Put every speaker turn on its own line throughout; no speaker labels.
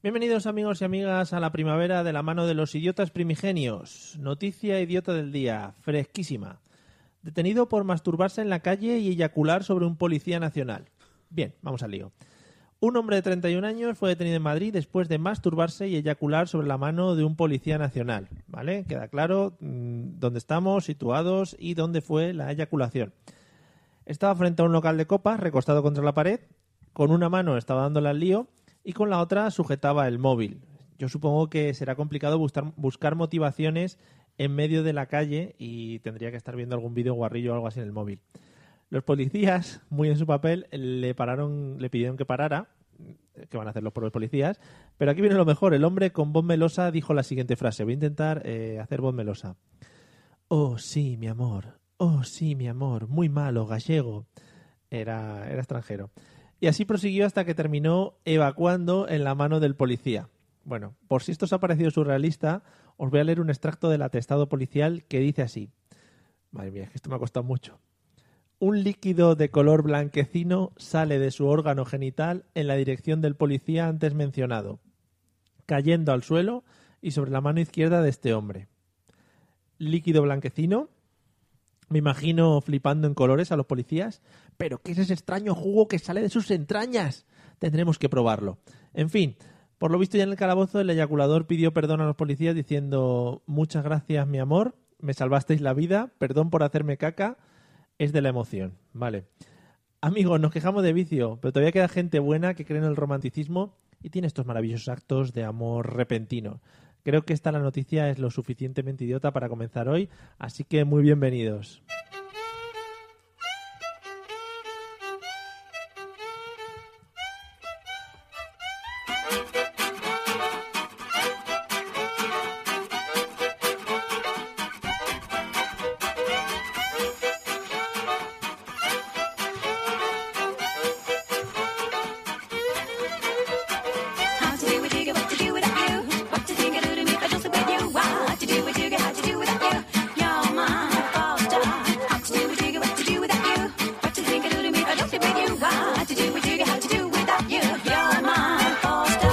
Bienvenidos amigos y amigas a la primavera de la mano de los idiotas primigenios. Noticia idiota del día, fresquísima. Detenido por masturbarse en la calle y eyacular sobre un policía nacional. Bien, vamos al lío. Un hombre de 31 años fue detenido en Madrid después de masturbarse y eyacular sobre la mano de un policía nacional. ¿Vale? Queda claro mm, dónde estamos, situados y dónde fue la eyaculación. Estaba frente a un local de copas, recostado contra la pared. Con una mano estaba dándole al lío y con la otra sujetaba el móvil. Yo supongo que será complicado buscar, buscar motivaciones en medio de la calle y tendría que estar viendo algún vídeo guarrillo o algo así en el móvil. Los policías, muy en su papel, le pararon, le pidieron que parara, que van a hacer los propios policías, pero aquí viene lo mejor. El hombre con voz melosa dijo la siguiente frase. Voy a intentar eh, hacer voz melosa. Oh, sí, mi amor. Oh, sí, mi amor. Muy malo, gallego. Era, era extranjero. Y así prosiguió hasta que terminó evacuando en la mano del policía. Bueno, por si esto os ha parecido surrealista, os voy a leer un extracto del atestado policial que dice así. Madre mía, es que esto me ha costado mucho. Un líquido de color blanquecino sale de su órgano genital en la dirección del policía antes mencionado, cayendo al suelo y sobre la mano izquierda de este hombre. Líquido blanquecino, me imagino flipando en colores a los policías. ¿Pero qué es ese extraño jugo que sale de sus entrañas? Tendremos que probarlo. En fin, por lo visto ya en el calabozo el eyaculador pidió perdón a los policías diciendo muchas gracias mi amor, me salvasteis la vida, perdón por hacerme caca, es de la emoción. Vale. Amigos, nos quejamos de vicio, pero todavía queda gente buena que cree en el romanticismo y tiene estos maravillosos actos de amor repentino. Creo que esta la noticia es lo suficientemente idiota para comenzar hoy, así que muy bienvenidos.
How to do what you get, what to do without you. What to think I do to me, but just with you. Wow, how to do what you get, how to do without you. You're my fault. uh. How to do what you get, what to do without you. What to think I do to me, but just with you. Wow, how to do what you get, how to do without you. You're my fault. uh.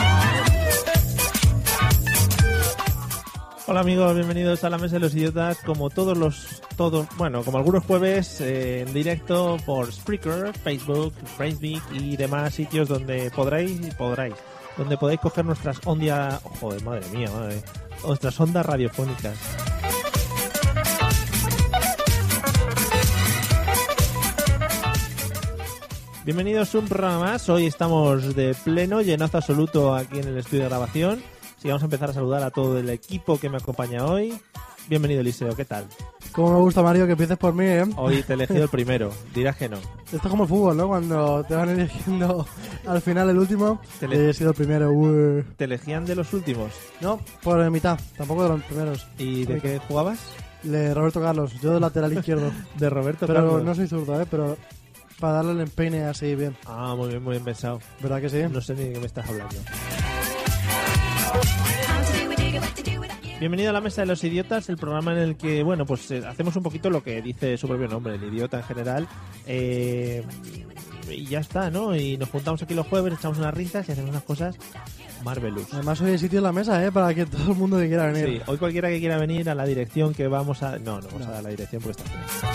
Hola amigos, bienvenidos a la Mesa de los Idiotas, como todos los, todos, bueno, como algunos jueves eh, en directo por Spreaker, Facebook, Facebook y demás sitios donde podréis y podráis, donde podéis coger nuestras ondas, joder, madre mía, madre, mía, nuestras ondas radiofónicas. Bienvenidos a un programa más. Hoy estamos de pleno, llenazo absoluto aquí en el estudio de grabación. Así que vamos a empezar a saludar a todo el equipo que me acompaña hoy. Bienvenido, Eliseo, ¿qué tal?
Como me gusta, Mario, que empieces por mí, ¿eh?
Hoy te he elegido el primero. Dirás que no.
Esto es como el fútbol, ¿no? Cuando te van eligiendo al final el último.
Te
He
le-
sido el primero, ué.
Te elegían de los últimos.
No, por la mitad, tampoco de los primeros.
¿Y de qué jugabas?
Le Roberto Carlos, yo de lateral izquierdo.
De Roberto
pero
Carlos.
no soy zurdo, ¿eh? Pero para darle el empeine así bien.
Ah, muy bien, muy bien pensado.
¿Verdad que sí?
No sé ni de qué me estás hablando.
How to do what you get, what to do without you.
Bienvenido a la Mesa de los Idiotas, el programa en el que, bueno, pues eh, hacemos un poquito lo que dice su propio nombre, el idiota en general. Eh, y ya está, ¿no? Y nos juntamos aquí los jueves, echamos unas risas y hacemos unas cosas marvelous.
Además hoy hay sitio en la mesa, ¿eh? Para que todo el mundo que quiera
Sí,
venir.
hoy cualquiera que quiera venir a la dirección que vamos a... No, no vamos a dar la dirección porque está feo.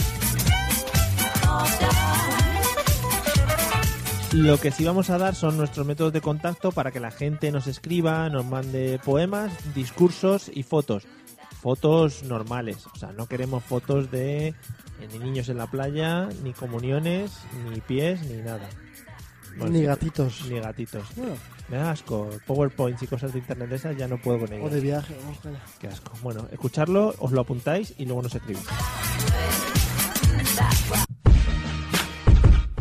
Lo que sí vamos a dar son nuestros métodos de contacto para que la gente nos escriba, nos mande poemas, discursos y fotos. Fotos normales, o sea, no queremos fotos de eh, ni niños en la playa, ni comuniones, ni pies, ni nada. Bueno,
Ni
Pues sí,
gatitos.
Ni gatitos.
Bueno,
Me da asco. PowerPoints y cosas de internet de esas ya no puedo con ellas.
o de viaje. vamos para allá.
Qué asco. Bueno, escucharlo, os lo apuntáis y luego nos escribís.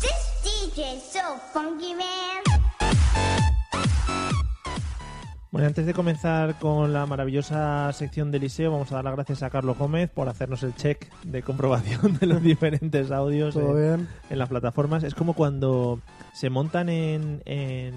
This DJ's so funky, man.
Bueno, antes de comenzar con la maravillosa sección del Liceo, vamos a dar las gracias a Carlos Gómez por hacernos el check de comprobación de los diferentes audios
¿Todo
en,
bien?
en las plataformas. Es como cuando se montan en, en,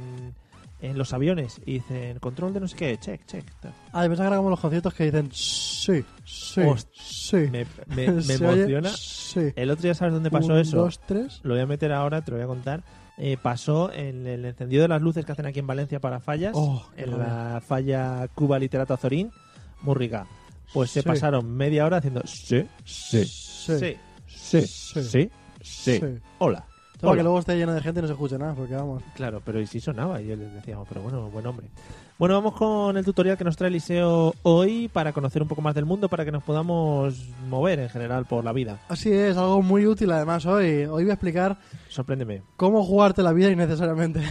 en los aviones y dicen control de no sé qué, check, check. tal.
Ah, yo pensaba que era como los conciertos que dicen sí, sí,
Host-
sí.
Me, me- me
Se oye,
emociona.
Sí.
El otro día sabes dónde pasó
Un,
eso.
dos, tres.
Lo voy a meter ahora, te lo voy a contar. Eh, pasó en el encendido de las luces que hacen aquí en Valencia para fallas,
Oh, qué
en la falla Cuba Literato Azorín, muy rica. Pues se
Sí.
pasaron media hora haciendo sí, sí, sí, sí, sí, sí,
Sí.
sí.
Sí.
hola.
Solo
hola.
que luego esté lleno de gente y no se escuche nada, porque vamos.
Claro, pero y si sonaba, y yo les decíamos, pero bueno, buen hombre. Bueno, vamos con el tutorial que nos trae Eliseo hoy para conocer un poco más del mundo, para que nos podamos mover en general por la vida.
Así es, algo muy útil además hoy. Hoy voy a explicar
Sorpréndeme.
cómo jugarte la vida innecesariamente.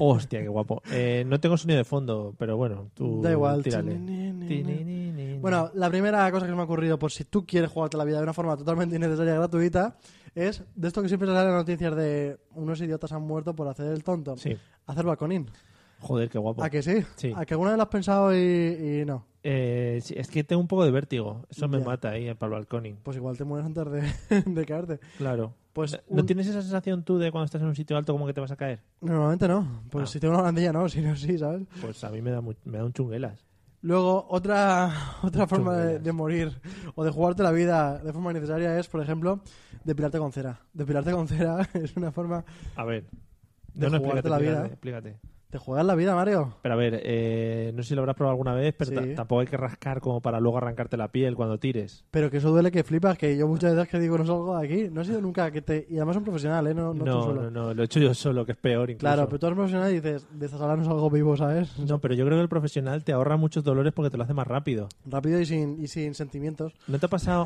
Hostia, qué guapo. Eh, no tengo sonido de fondo, pero bueno, tú
da igual.
tírale.
Tinininin.
Tinininin.
Bueno, la primera cosa que se me ha ocurrido por si tú quieres jugarte la vida de una forma totalmente innecesaria y gratuita es de esto que siempre sale en las noticias de unos idiotas han muerto por hacer el tonto.
Sí.
Hacer balconín.
Joder, qué guapo.
¿A que sí?
Sí.
¿A que alguna vez lo has pensado y, y no?
Eh, sí, es que tengo un poco de vértigo. Eso me
Ya.
mata ahí eh, para el balconing.
Pues igual te mueres antes de, de caerte.
Claro.
Pues
¿No
un-
tienes esa sensación tú de cuando estás en un sitio alto como que te vas a caer?
Normalmente no. Pues
Ah.
si tengo una bandilla no, si no sí, ¿sabes?
Pues a mí me da, mu- me da un chunguelas.
Luego, otra, otra forma de,
Chunguelas.
de morir o de jugarte la vida de forma innecesaria es, por ejemplo, depilarte con cera. Depilarte con cera es una forma...
A ver.
De
No, no,
jugarte
explícate,
la vida.
explícate, explícate.
¿Te juegas la vida, Mario?
Pero a ver, eh, no sé si lo habrás probado alguna vez, pero
Sí.
ta- tampoco hay que rascar como para luego arrancarte la piel cuando tires.
Pero que eso duele que flipas, que yo muchas veces que digo no salgo de aquí, no ha sido nunca que te... Y además un profesional, ¿eh? No,
No,
no, tú
no,
solo.
no, lo he hecho yo solo, que es peor incluso.
Claro, pero tú eres profesional y dices, de esta sala no salgo vivo, ¿sabes?
No, pero yo creo que el profesional te ahorra muchos dolores porque te lo hace más rápido.
Rápido y sin, y sin sentimientos.
¿No te ha pasado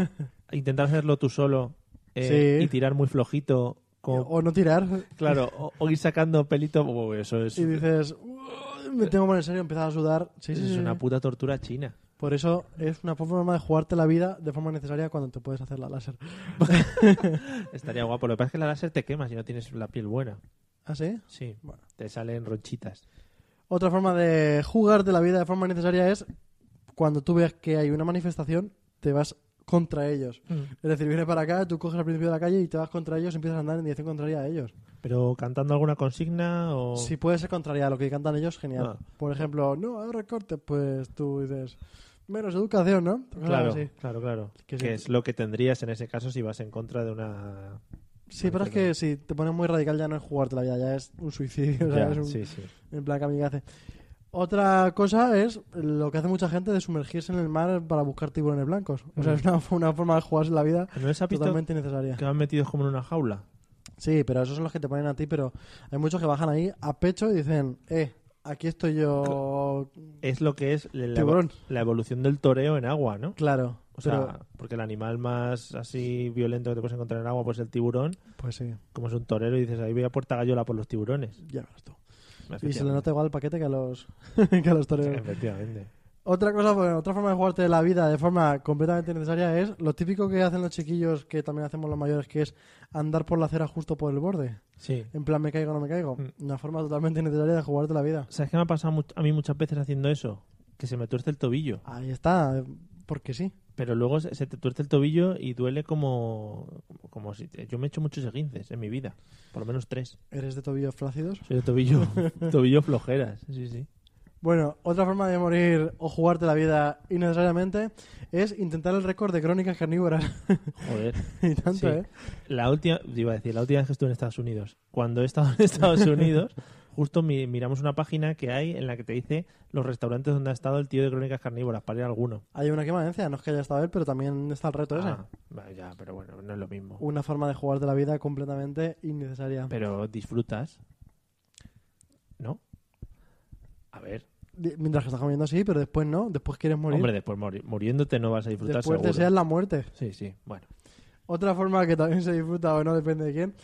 intentar hacerlo tú solo eh,
Sí.
y tirar muy flojito? como-
O no tirar.
claro, o, o ir sacando pelito. Uy, eso es,
Y dices, "Uy, me tengo que poner serio, empezar a sudar. Sí, sí,
es
sí.
una puta tortura china.
Por eso es una forma de jugarte la vida de forma necesaria cuando te puedes hacer la láser.
Estaría guapo. Lo que pasa es que la láser te quema si no tienes la piel buena.
¿Ah, sí?
Sí,
Bueno.
te salen ronchitas.
Otra forma de jugarte la vida de forma necesaria es cuando tú ves que hay una manifestación, te vas contra ellos.
Mm.
Es decir, viene para acá, tú coges al principio de la calle y te vas contra ellos, empiezas a andar en dirección contraria a ellos.
Pero cantando alguna consigna o...
Si puede ser contraria a lo que cantan ellos, genial.
Oh. Ah.
Por ejemplo, no, hay recortes, pues tú dices, menos educación, ¿no? Cosas
Claro,
así.
claro, claro.
Ah, Que
Que
sí.
es lo que tendrías en ese caso si vas en contra de una...
Sí, pero es que si te pones muy radical ya no es jugarte la vida, ya es un suicidio, o sea,
Ya,
es un-
sí, sí.
en plan kamikaze. Otra cosa es lo que hace mucha gente de sumergirse en el mar para buscar tiburones blancos. O sea, es una, una forma de jugarse la vida
Mm. ¿No les ha visto
totalmente innecesaria.
que van metidos como en una jaula?
Sí, pero esos son los que te ponen a ti, pero hay muchos que bajan ahí a pecho y dicen, eh, aquí estoy yo...
Es lo que es la,
Tiburón.
la evolución del toreo en agua, ¿no?
Claro.
O sea,
pero-
porque el animal más así violento que te puedes encontrar en agua, pues el tiburón,
pues sí,
como es un torero, y dices, ahí voy a puerta gallola por los tiburones.
ya verás tú. Y se le
Efectivamente.
nota igual el paquete que a los, que a los toreros.
Efectivamente.
Otra cosa, bueno, otra forma de jugarte la vida de forma completamente necesaria es lo típico que hacen los chiquillos, que también hacemos los mayores, que es andar por la acera justo por el borde.
Sí.
En plan, me caigo o no me caigo.
Mm.
Una forma totalmente innecesaria de jugarte la vida.
¿Sabes qué me ha pasado mu- a mí muchas veces haciendo eso? Que se me tuerce el tobillo.
Ahí está, porque sí.
Pero luego se se te tuerce el tobillo y duele como... como si te- Yo me he hecho muchos esguinces en mi vida. Por lo menos tres.
¿Eres de tobillos flácidos?
Soy de tobillo, tobillo flojeras. Sí, sí.
Bueno, otra forma de morir o jugarte la vida innecesariamente es intentar el récord de crónicas carnívoras.
Joder.
Y tanto, ¿eh?
La última, iba a decir, la última vez que estuve en Estados Unidos. Cuando he estado en Estados Unidos, justo mi- miramos una página que hay en la que te dice los restaurantes donde ha estado el tío de Crónicas Carnívoras, para ir a alguno.
Hay una que en Valencia, no es que haya estado él, pero también está el reto
Ah,
ese.
va, ya, pero bueno, no es lo mismo.
Una forma de jugarte la vida completamente innecesaria.
Pero disfrutas. ¿No? A ver.
Di- Mientras que estás comiendo sí, pero después no, después quieres morir.
Hombre, después mori- muriéndote no vas a disfrutar
después
seguro.
deseas la muerte.
Sí, sí, bueno.
Otra forma que también se disfruta o no, depende de quién.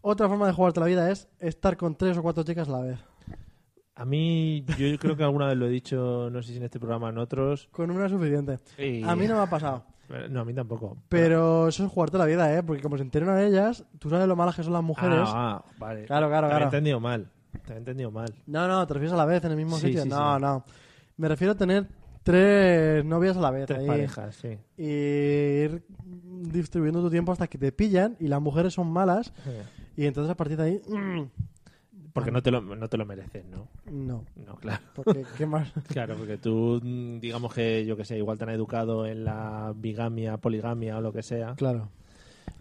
Otra forma de jugarte la vida es estar con tres o cuatro chicas a la vez.
A mí, yo creo que alguna vez lo he dicho, no sé si en este programa o en otros.
Con una es suficiente.
y-
A mí no me ha pasado.
No, a mí tampoco.
Pero eso es jugarte la vida, ¿eh? Porque como se enteren a ellas, tú sabes lo malas que son las mujeres.
Ah, ah, vale.
Claro, claro,
Te he
claro.
entendido mal. Te he entendido mal.
No, no, te refieres a la vez en el mismo
Sí,
sitio.
sí,
no,
sí.
no. Me refiero a tener tres novias a la vez.
Tres
ahí.
parejas, sí.
Y ir distribuyendo tu tiempo hasta que te pillan y las mujeres son malas. Y entonces a partir de ahí, mm,
Porque no te lo, no te lo mereces, ¿no?
no.
No, claro.
Porque, ¿qué más?
Claro, porque tú, mm, digamos que, yo que sé, igual te han educado en la bigamia, poligamia o lo que sea,
Claro.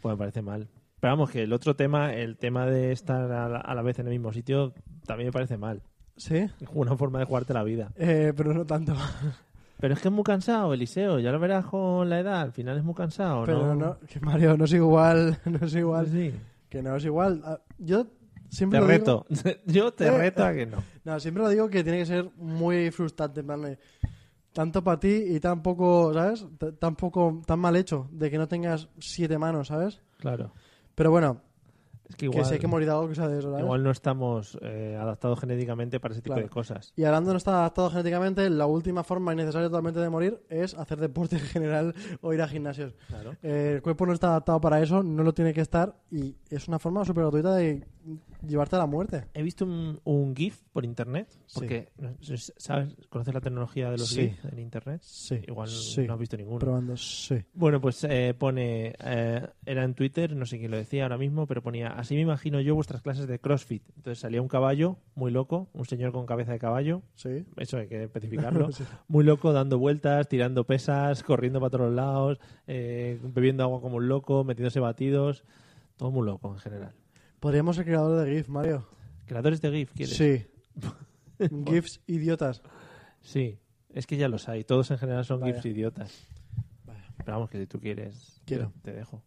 pues me parece mal. Pero vamos, que el otro tema, el tema de estar a la, a la vez en el mismo sitio, también me parece mal.
Sí,
Una forma de jugarte la vida.
eh, pero no tanto.
Pero es que es muy cansado, Eliseo. Ya lo verás con la edad. Al final es muy cansado,
Pero
¿no?
no, que Mario, no es igual, no es igual.
Sí.
Que no es igual. Ah, Yo siempre
Te
lo digo-
reto. Yo te
Eh,
reto a que no.
No, siempre lo digo que tiene que ser muy frustrante, en plan de, tanto para ti y tan poco, ¿sabes? T- tan poco, tan mal hecho de que no tengas siete manos, ¿sabes?
Claro.
Pero bueno,
Es que igual...
que sé que morir de algo que sea de eso, ¿sabes?
Igual no estamos eh, adaptados genéticamente para ese tipo
Claro.
de cosas.
Y hablando de no estar adaptado genéticamente, la última forma innecesaria totalmente de morir es hacer deporte en general o ir a gimnasios.
Claro.
Eh, el cuerpo no está adaptado para eso, no lo tiene que estar y es una forma súper gratuita de llevarte a la muerte.
He visto un, un GIF por internet,
Sí.
porque no sé si ¿sabes? ¿Conoces la tecnología de los
Sí.
GIF en internet?
Sí.
Igual
sí.
no has visto ninguno.
Probando, sí.
Bueno, pues eh, pone, eh, era en Twitter, no sé quién lo decía ahora mismo, pero ponía, así me imagino yo vuestras clases de CrossFit. Entonces salía un caballo muy loco, un señor con cabeza de caballo,
Sí.
eso hay que especificarlo, muy loco dando vueltas, tirando pesas, corriendo para todos lados, eh, bebiendo agua como un loco, metiéndose batidos, todo muy loco en general.
Podríamos ser creador de GIF, Mario.
¿Creadores de GIF quieres?
Sí. GIFs idiotas.
Sí. Es que ya los hay. Todos en general son
Vaya.
GIFs idiotas.
Vaya.
Pero vamos, que si tú quieres,
Quiero.
yo te dejo.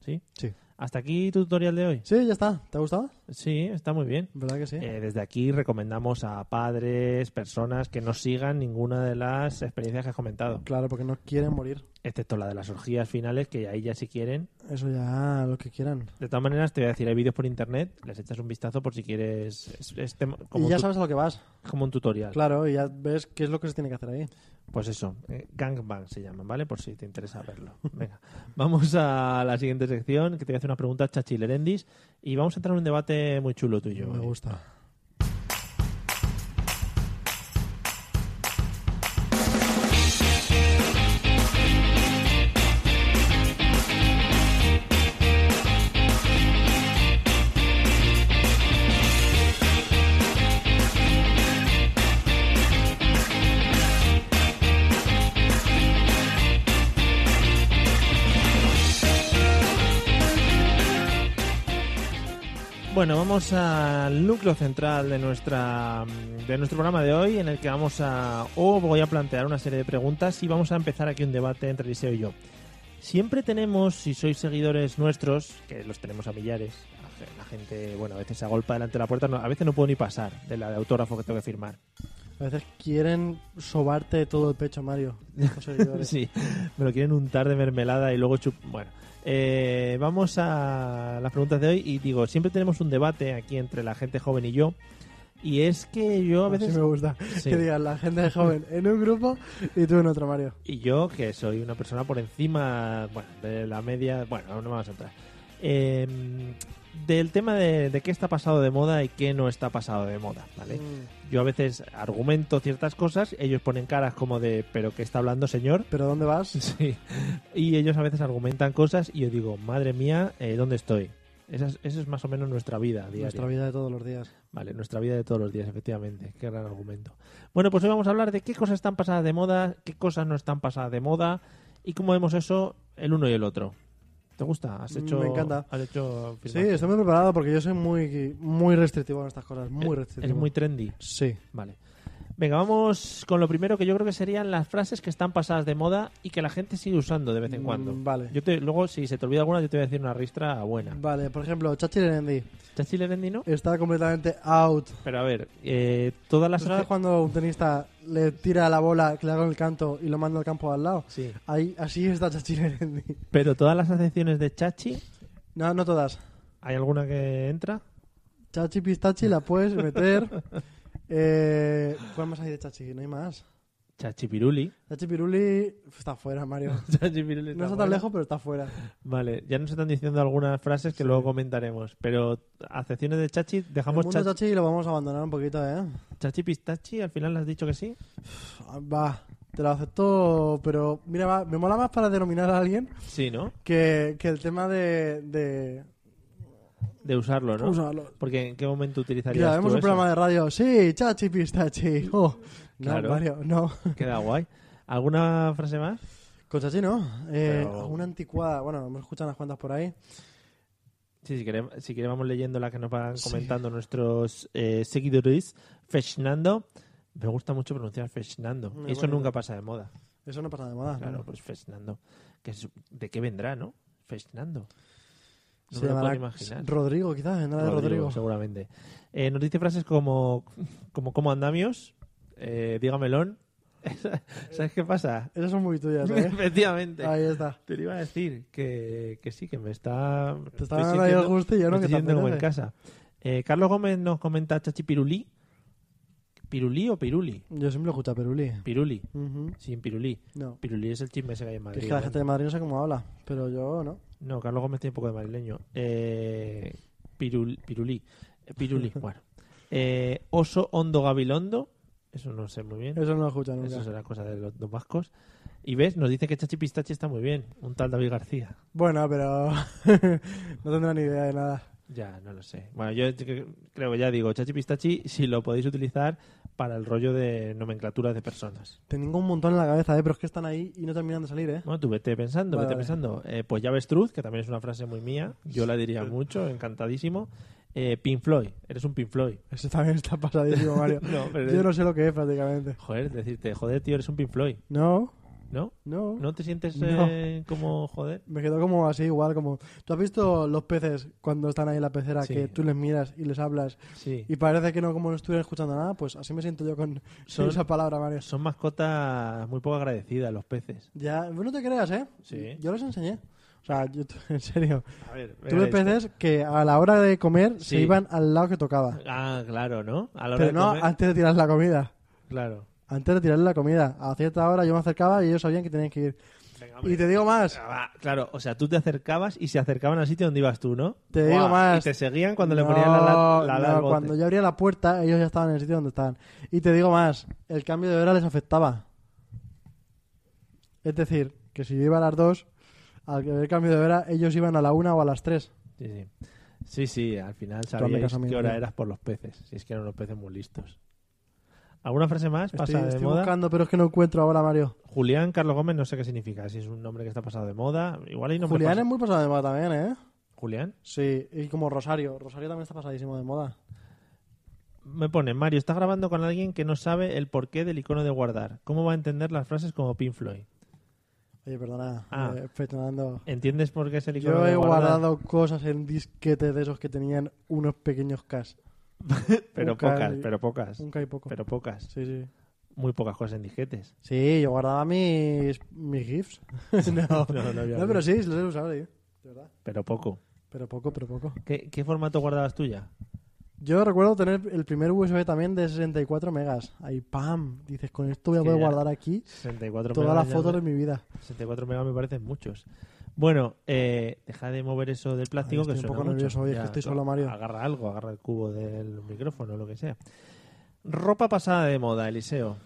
¿Sí?
Sí.
Hasta aquí tu tutorial de hoy.
Sí, ya está. ¿Te ha gustado?
Sí, está muy bien.
¿Verdad que sí?
Eh, desde aquí recomendamos a padres, personas que no sigan ninguna de las experiencias que has comentado,
Claro, porque no quieren morir.
excepto la de las orgías finales, que ahí ya si quieren.
Eso ya, lo que quieran.
De todas maneras, te voy a decir, hay vídeos por internet, les echas un vistazo por si quieres. es- es tema- como,
y ya
un tu-
sabes a lo que vas.
como un tutorial.
Claro, y ya ves qué es lo que se tiene que hacer ahí.
Pues eso, eh, gangbang se llaman, ¿vale? Por si te interesa verlo. Venga, vamos a la siguiente sección, que te voy a hacer una pregunta chachilerendis y vamos a entrar en un debate muy chulo tuyo.
Me gusta.
Bueno, vamos al núcleo central de nuestra de nuestro programa de hoy, en el que vamos a o voy a plantear una serie de preguntas y vamos a empezar aquí un debate entre Eliseo y yo. Siempre tenemos, si sois seguidores nuestros, que los tenemos a millares, la ge- la gente, bueno, a veces se agolpa delante de la puerta, no- a veces no puedo ni pasar de la de autógrafo que tengo que firmar.
A veces quieren sobarte todo el pecho, Mario. los seguidores.
Sí, me lo quieren untar de mermelada y luego chup... Bueno, eh, vamos a las preguntas de hoy y digo, siempre tenemos un debate aquí entre la gente joven y yo y es que yo a
Así
veces...
me gusta.
Sí.
Que digan la gente joven en un grupo y tú en otro, Mario.
Y yo, que soy una persona por encima bueno, de la media... Bueno, no vamos a entrar. Eh, del tema de, de qué está pasado de moda y qué no está pasado de moda, ¿vale?
Mm.
Yo a veces argumento ciertas cosas, ellos ponen caras como de, pero ¿qué está hablando señor?
¿Pero dónde vas?
Sí. Y ellos a veces argumentan cosas y yo digo, madre mía, eh, ¿dónde estoy? Esa es, esa es más o menos nuestra vida diaria.
Nuestra vida de todos los días.
Vale, nuestra vida de todos los días, efectivamente. Qué gran argumento. Bueno, pues hoy vamos a hablar de qué cosas están pasadas de moda, qué cosas no están pasadas de moda y cómo vemos eso el uno y el otro. ¿Te gusta? ¿Has
Mm, Me
hecho,
encanta.
Has hecho
Sí,
filmación.
estoy muy preparado porque yo soy muy, muy restrictivo en estas cosas. Muy restrictivo.
Eres Eh, muy trendy.
Sí.
Vale. Venga, vamos con lo primero que yo creo que serían las frases que están pasadas de moda y que la gente sigue usando de vez en
Mm,
cuando.
vale.
Yo te, luego, si se te olvida alguna, yo te voy a decir una ristra buena.
Vale, por ejemplo, Chachi Lerendi
¿Chachi Lerendi no?
está completamente out.
Pero a ver, eh, todas las...
¿Tú ¿Sabes cuando un tenista le tira la bola que le haga el canto y lo manda al campo al lado?
Sí.
Ahí, así está Chachi Lerendi.
Pero todas las acepciones de Chachi,
No, no todas.
¿hay alguna que entra?
Chachi Pistachi la puedes meter. Eh, ¿Cuál más hay de Chachi? No hay más.
Chachi Piruli.
Chachi Piruli está fuera, Mario.
Chachi Piruli
No está
buena.
tan lejos, pero está fuera.
Vale, ya nos están diciendo algunas frases que luego comentaremos. Pero acepciones de Chachi,
El
dejamos
mundo
Chachi,
Chachi lo vamos a abandonar un poquito, ¿eh?
Chachi Pistachi, al final le has dicho que sí.
Va, te lo acepto, pero mira, va, me mola más para denominar a alguien
Sí, ¿no?
que, que el tema de, de
De usarlo, ¿no?
usarlo.
Porque en qué momento utilizarías
Mira,
tú
vemos un
eso?
programa de radio. Sí, chachi pistachi. Oh, no,
Claro.
Mario, no.
Queda guay. ¿Alguna frase más?
Con chachi no. Eh,
Pero-
Alguna anticuada. Bueno, hemos escuchado unas cuantas por ahí.
Sí, si queremos, si queremos vamos leyendo las que nos van comentando nuestros eh, seguidores. Fernando. Me gusta mucho pronunciar Fernando.
Muy
Eso
bonito.
nunca pasa de moda.
Eso no pasa de moda.
Claro,
¿no?
pues Fernando. Que es- ¿De qué vendrá, no? Fernando. No
Se
me lo
llamará
puedo imaginar.
Rodrigo, quizás, vendrá de Rodrigo.
Seguramente. Eh, nos dice frases como, como, como andamios, eh, dígamelón. ¿Sabes qué pasa?
Esas son muy tuyas, ¿eh?
Efectivamente.
Ahí está.
Te lo iba a decir que, que sí, que me está. estoy
Te está dando ahí el
sintiendo-
gustillo,
me
¿no? Que
estoy
te
sintiendo como en
apetece.
casa. Eh, Carlos Gómez nos comenta Chachi Pirulí. ¿Pirulí o Piruli?
Yo siempre escucho a Peruli.
Piruli.
Ujú.
Sin Pirulí.
No.
Pirulí es el chisme ese que hay en
Que
Madrid.
es que la
¿no?
gente de Madrid no sé cómo habla, pero yo no.
No, Carlos Gómez tiene un poco de madrileño. Eh, pirul- pirulí. Eh, Pirulí, bueno. Eh, oso hondo gabilondo. Eso no sé muy bien.
Eso no lo escucho nunca.
Eso será cosa de los, los vascos. Y ves, nos dice que Chachi Pistachi está muy bien. Un tal David García.
Bueno, pero no tendrán ni idea de nada.
Ya, no lo sé. Bueno, yo cre- creo que ya digo, Chachi Pistachi, si lo podéis utilizar para el rollo de nomenclaturas de personas.
Tengo un montón en la cabeza, ¿eh? pero es que están ahí y no terminan de salir. ¿eh?
Bueno, tú vete pensando,
Vale,
vete
vale.
pensando. Eh, pues ya ves Truth, que también es una frase muy mía. Yo la diría mucho, encantadísimo. Eh, Pink Floyd, eres un Pin Floyd.
Eso también está pasadísimo, Mario.
No, pero-
Yo no sé lo que es prácticamente.
Joder, decirte, joder, tío, eres un Pink Floyd,
No,
¿no?
no.
¿No te sientes
No.
eh, como, joder?
Me quedo como así, igual como... ¿Tú has visto los peces cuando están ahí en la pecera
Sí.
que tú les miras y les hablas
Sí.
y parece que no como no estuvieran escuchando nada? Pues así me siento yo con
Son-
esa palabra, Mario.
Son mascotas muy poco agradecidas, los peces.
Ya, bueno, no te creas, ¿eh?
Sí.
Yo les enseñé. O sea, yo, en serio.
A ver,
Tuve peces que a la hora de comer se
Sí.
iban al lado que tocaba.
Ah, claro, ¿no? A la hora
Pero
de
no
comer-
antes de tirar la comida.
Claro.
Antes de tirar la comida. A cierta hora yo me acercaba y ellos sabían que tenían que ir. y te digo más.
Ah, Claro, o sea, tú te acercabas y se acercaban al sitio donde ibas tú, ¿no?
Te
Guau,
digo más.
Y te seguían cuando le
No,
ponían la la- la ala
no,
al bote.
cuando yo abría la puerta, ellos ya estaban en el sitio donde estaban. Y te digo más, el cambio de hora les afectaba. Es decir, que si yo iba a las dos, al haber cambio de hora, ellos iban a la una o a las tres.
Sí, sí. Sí, sí, al final
hazme
sabíais
caso a mí,
qué hora
tío.
eras por los peces. Si es que eran unos peces muy listos. ¿Alguna frase más
Estoy,
pasada de
estoy
moda?
buscando, pero es que no encuentro ahora, Mario.
Julián Carlos Gómez, no sé qué significa. Si es un nombre que está pasado de moda. Igual hay nombre.
Julián es muy pasado de moda también, ¿eh?
Julián.
Sí, y como Rosario. Rosario también está pasadísimo de moda.
Me pone, Mario, estás grabando con alguien que no sabe el porqué del icono de guardar. ¿Cómo va a entender las frases como Pink Floyd?
Oye, perdona,
Ah.
eh, Fernando.
¿Entiendes por qué es el icono
Yo
de
he
guardar?
guardado cosas en disquetes de esos que tenían unos pequeños cas.
Pero
un ca-
pocas, pero pocas.
Un y poco.
Pero pocas.
Sí, sí.
Muy pocas cosas en disquetes.
Sí, yo guardaba mis, mis GIFs. no,
no, no había
No, pero
GIFs.
sí, los he usado, tío. De verdad.
Pero poco.
Pero poco, pero poco.
¿Qué, qué formato guardabas tuya?
Yo recuerdo tener el primer USB también de 64 megas. Ahí, pam. Dices, con esto voy a
Que
poder
ya-
guardar aquí
64
todas
megas
las
ya
fotos
me-
de mi vida.
64 megas me parecen muchos. Bueno, eh, deja de mover eso del plástico
Ay,
que
estoy un
suena
poco
mucho.
nervioso hoy, es que estoy
no,
solo, Mario.
Agarra algo, agarra el cubo del micrófono, lo que sea. Ropa pasada de moda, Eliseo.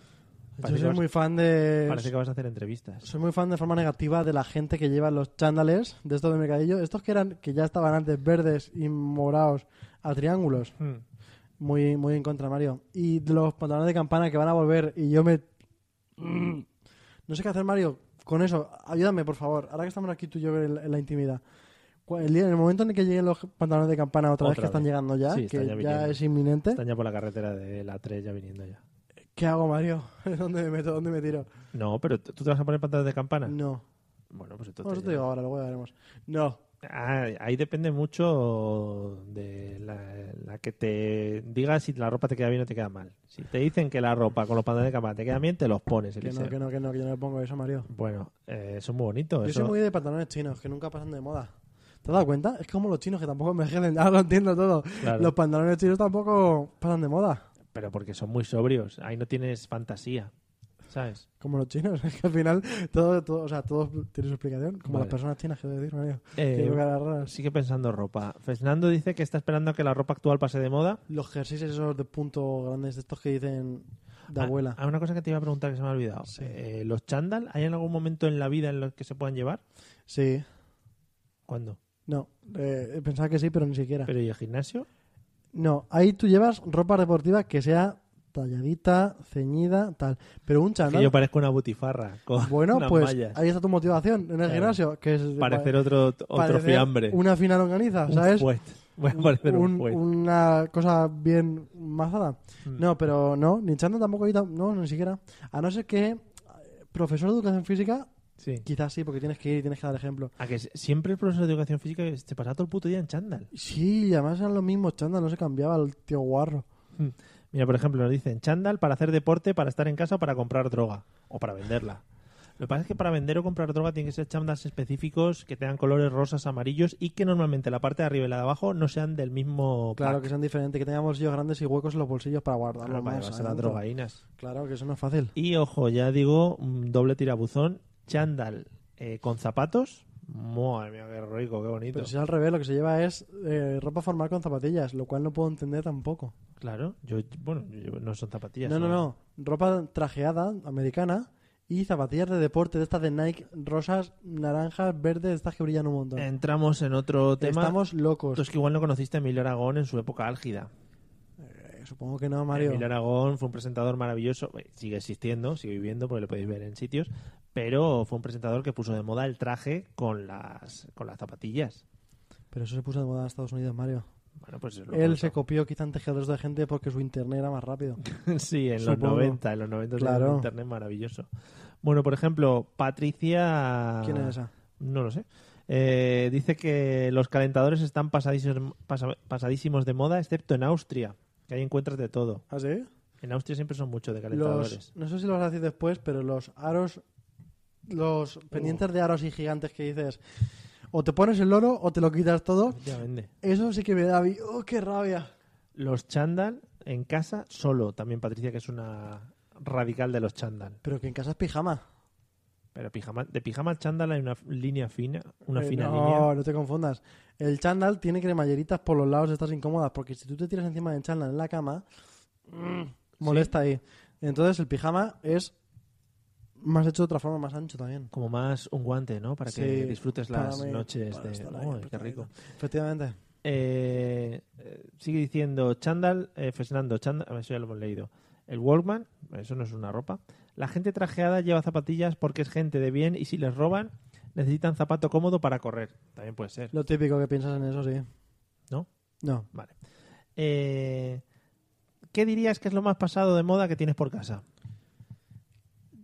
Yo
Parece,
soy
que,
muy
vas,
fan de...
parece que vas a hacer entrevistas.
Soy muy fan de forma negativa de la gente que lleva los chándales de estos de mercadillo. Estos que eran que ya estaban antes verdes y morados a triángulos.
Hmm.
Muy, muy en contra, Mario. Y de los pantalones de campana que van a volver y yo me... Mm. No sé qué hacer, Mario. Con eso, ayúdame, por favor. Ahora que estamos aquí tú y yo en, en la intimidad. Cu- El, día, en el momento en el que lleguen los pantalones de campana otra, vez,
Otra
que están
vez.
llegando ya,
Sí, están
que
ya viniendo.
ya es inminente,
Están ya por la carretera de la 3 ya viniendo ya.
¿qué hago, Mario? ¿Dónde me meto? ¿Dónde me tiro?
No, pero t- tú te vas a poner pantalones de campana.
No.
Bueno, pues
Bueno,
entonces.
eso te digo ahora, luego ya veremos. No.
Ah, ahí depende mucho de la, la que te diga si la ropa te queda bien o te queda mal. Si te dicen que la ropa con los pantalones de campana te queda bien, te los pones.
Que no,
Eliseo.
que no, que no, que yo no me pongo eso, Mario.
Bueno, eh, eso es muy bonito.
Yo
eso-
soy muy de pantalones chinos, que nunca pasan de moda. ¿Te has dado cuenta? Es como los chinos que tampoco envejecen, ahora lo entiendo todo.
Claro.
Los pantalones chinos tampoco pasan de moda,
Pero porque son muy sobrios. Ahí no tienes fantasía. ¿Sabes?
como los chinos. Es que al final todo, todo, o sea, todo tiene su explicación, como
Vale.
las personas chinas, quiero decir, Mario.
Eh,
Tienen caras raras.
Sigue pensando ropa. Fernando dice que está esperando a que la ropa actual pase de moda.
Los jerseys esos de punto grandes, de estos que dicen de
Ah,
abuela.
Hay una cosa que te iba a preguntar que se me ha olvidado.
Sí.
Eh, ¿Los chándal hay en algún momento en la vida en los que se puedan llevar?
Sí.
¿Cuándo?
No, eh, pensaba que sí, pero ni siquiera.
¿Pero y el gimnasio?
No, ahí tú llevas ropa deportiva que sea talladita, ceñida, tal. Pero un
Que
chándal...
yo parezco una butifarra. Con
Bueno,
unas
pues
mallas.
ahí está tu motivación en el
Claro.
gimnasio, que es eh,
Parecer otro, otro
parecer
fiambre.
Una fina longaniza,
Un
¿sabes?
fuet. Voy a parecer un,
Un-
fuet.
una cosa bien mazada.
Mm.
No, pero no, ni echando tampoco ahí, tam- no, ni siquiera. A no ser que eh, profesor de educación física,
Sí.
quizás sí, porque tienes que ir y tienes que dar ejemplo.
A que s- siempre el profesor de educación física se pasaba todo el puto día en chándal.
Sí, y además eran los mismos chandas, no se cambiaba el tío guarro.
Mira, por ejemplo, nos dicen chándal para hacer deporte, para estar en casa o para comprar droga. O para venderla. Lo que pasa es que para vender o comprar droga tienen que ser chándals específicos que tengan colores rosas, amarillos y que normalmente la parte de arriba y la de abajo no sean del mismo
Claro,
pack.
que sean diferentes, que tengamos bolsillos grandes y huecos en los bolsillos para guardarlo.
Claro, para
más
llevarse las
adentro.
drogaínas.
Claro, que eso no es fácil.
Y ojo, ya digo, un doble tirabuzón, chándal eh, con zapatos. Madre mía, qué rico, qué bonito.
Pero si es al revés, lo que se lleva es eh, ropa formal con zapatillas, lo cual no puedo entender tampoco.
Claro, yo, bueno, yo llevo- no son zapatillas.
No, no, no. Ropa trajeada, americana, y zapatillas de deporte, de estas de Nike, rosas, naranjas, verdes, estas que brillan un montón. Eh,
Entramos en otro tema.
Estamos pues- locos.
Tú es que igual no conociste a Emilio Aragón en su época álgida.
Eh, Supongo que no, Mario.
Emilio Aragón fue un presentador maravilloso, eh, sigue existiendo, sigue viviendo, porque lo podéis ver en sitios, pero fue un presentador que puso de moda el traje con las, con las zapatillas.
Pero eso se puso de moda en Estados Unidos, Mario.
Bueno, pues lo
Él
contó.
se copió quizá en tejedores de gente porque su internet era más rápido.
Sí, en
Supongo.
los 90, en los 90 tenía
Claro.
un internet maravilloso. Bueno, por ejemplo, Patricia...
¿Quién es esa?
No lo sé. Eh, dice que los calentadores están pasadísimos, pasa- pasadísimos de moda, excepto en Austria, que ahí encuentras de todo.
¿Ah, sí?
En Austria siempre son mucho de calentadores.
Los, no sé si lo vas a decir después, pero los aros, los
Oh.
pendientes de aros y gigantes que dices, o te pones el loro o te lo quitas todo,
Efectivamente.
eso sí que me da... vi- ¡Oh, qué rabia!
Los chándal en casa solo. También Patricia, que es una radical de los chándal.
Pero que en casa es pijama.
Pero pijama- de pijama al chándal hay una f- línea fina, una
Eh,
fina
no,
línea.
no te confundas. El chándal tiene cremalleritas por los lados, estas incómodas, porque si tú te tiras encima del chándal en la cama, mm, molesta ahí. Entonces el pijama es más hecho de otra forma, más ancho también.
Como más un guante, ¿no? Para que
Sí,
disfrutes
para
las
mí,
noches
para
de...
estar ahí
Uy, qué rico!
Efectivamente.
Eh, eh, sigue diciendo chándal, eh, Fernando, chándal, a ver, eso ya lo hemos leído. El Walkman, eso no es una ropa. La gente trajeada lleva zapatillas porque es gente de bien y si les roban necesitan zapato cómodo para correr. También puede ser,
Lo típico que piensas en eso, sí.
¿no?
No.
Vale. Eh, ¿Qué dirías que es lo más pasado de moda que tienes por casa?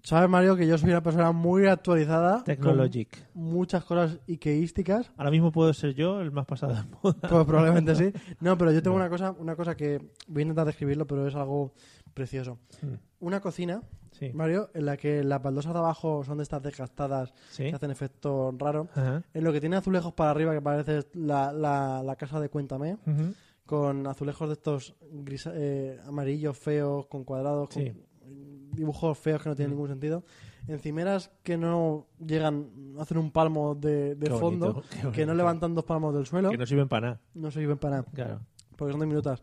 Sabes, Mario, que yo soy una persona muy actualizada. con
Technologic.
Muchas cosas ikeísticas.
Ahora mismo puedo ser yo el más pasado de moda.
Pues probablemente sí. No, pero yo tengo
No.
una cosa, una cosa que voy a intentar describirlo, pero es algo precioso.
Mm,
Una cocina
Sí.
Mario, en la que las baldosas de abajo son de estas desgastadas
Sí.
que hacen efecto raro.
Ajá.
En lo que tiene azulejos para arriba, que parece la, la- la casa de Cuéntame,
Ujú.
con azulejos de estos gris, eh, amarillos feos, con cuadrados, con
Sí. Mm.
dibujos feos que no tienen ningún sentido. Encimeras que no llegan, hacen un palmo de, de
Qué
fondo,
bonito, qué bonito.
que no levantan dos palmos del suelo,
Que no sirven para nada.
no sirven para nada
Claro.
porque son 10 minutos.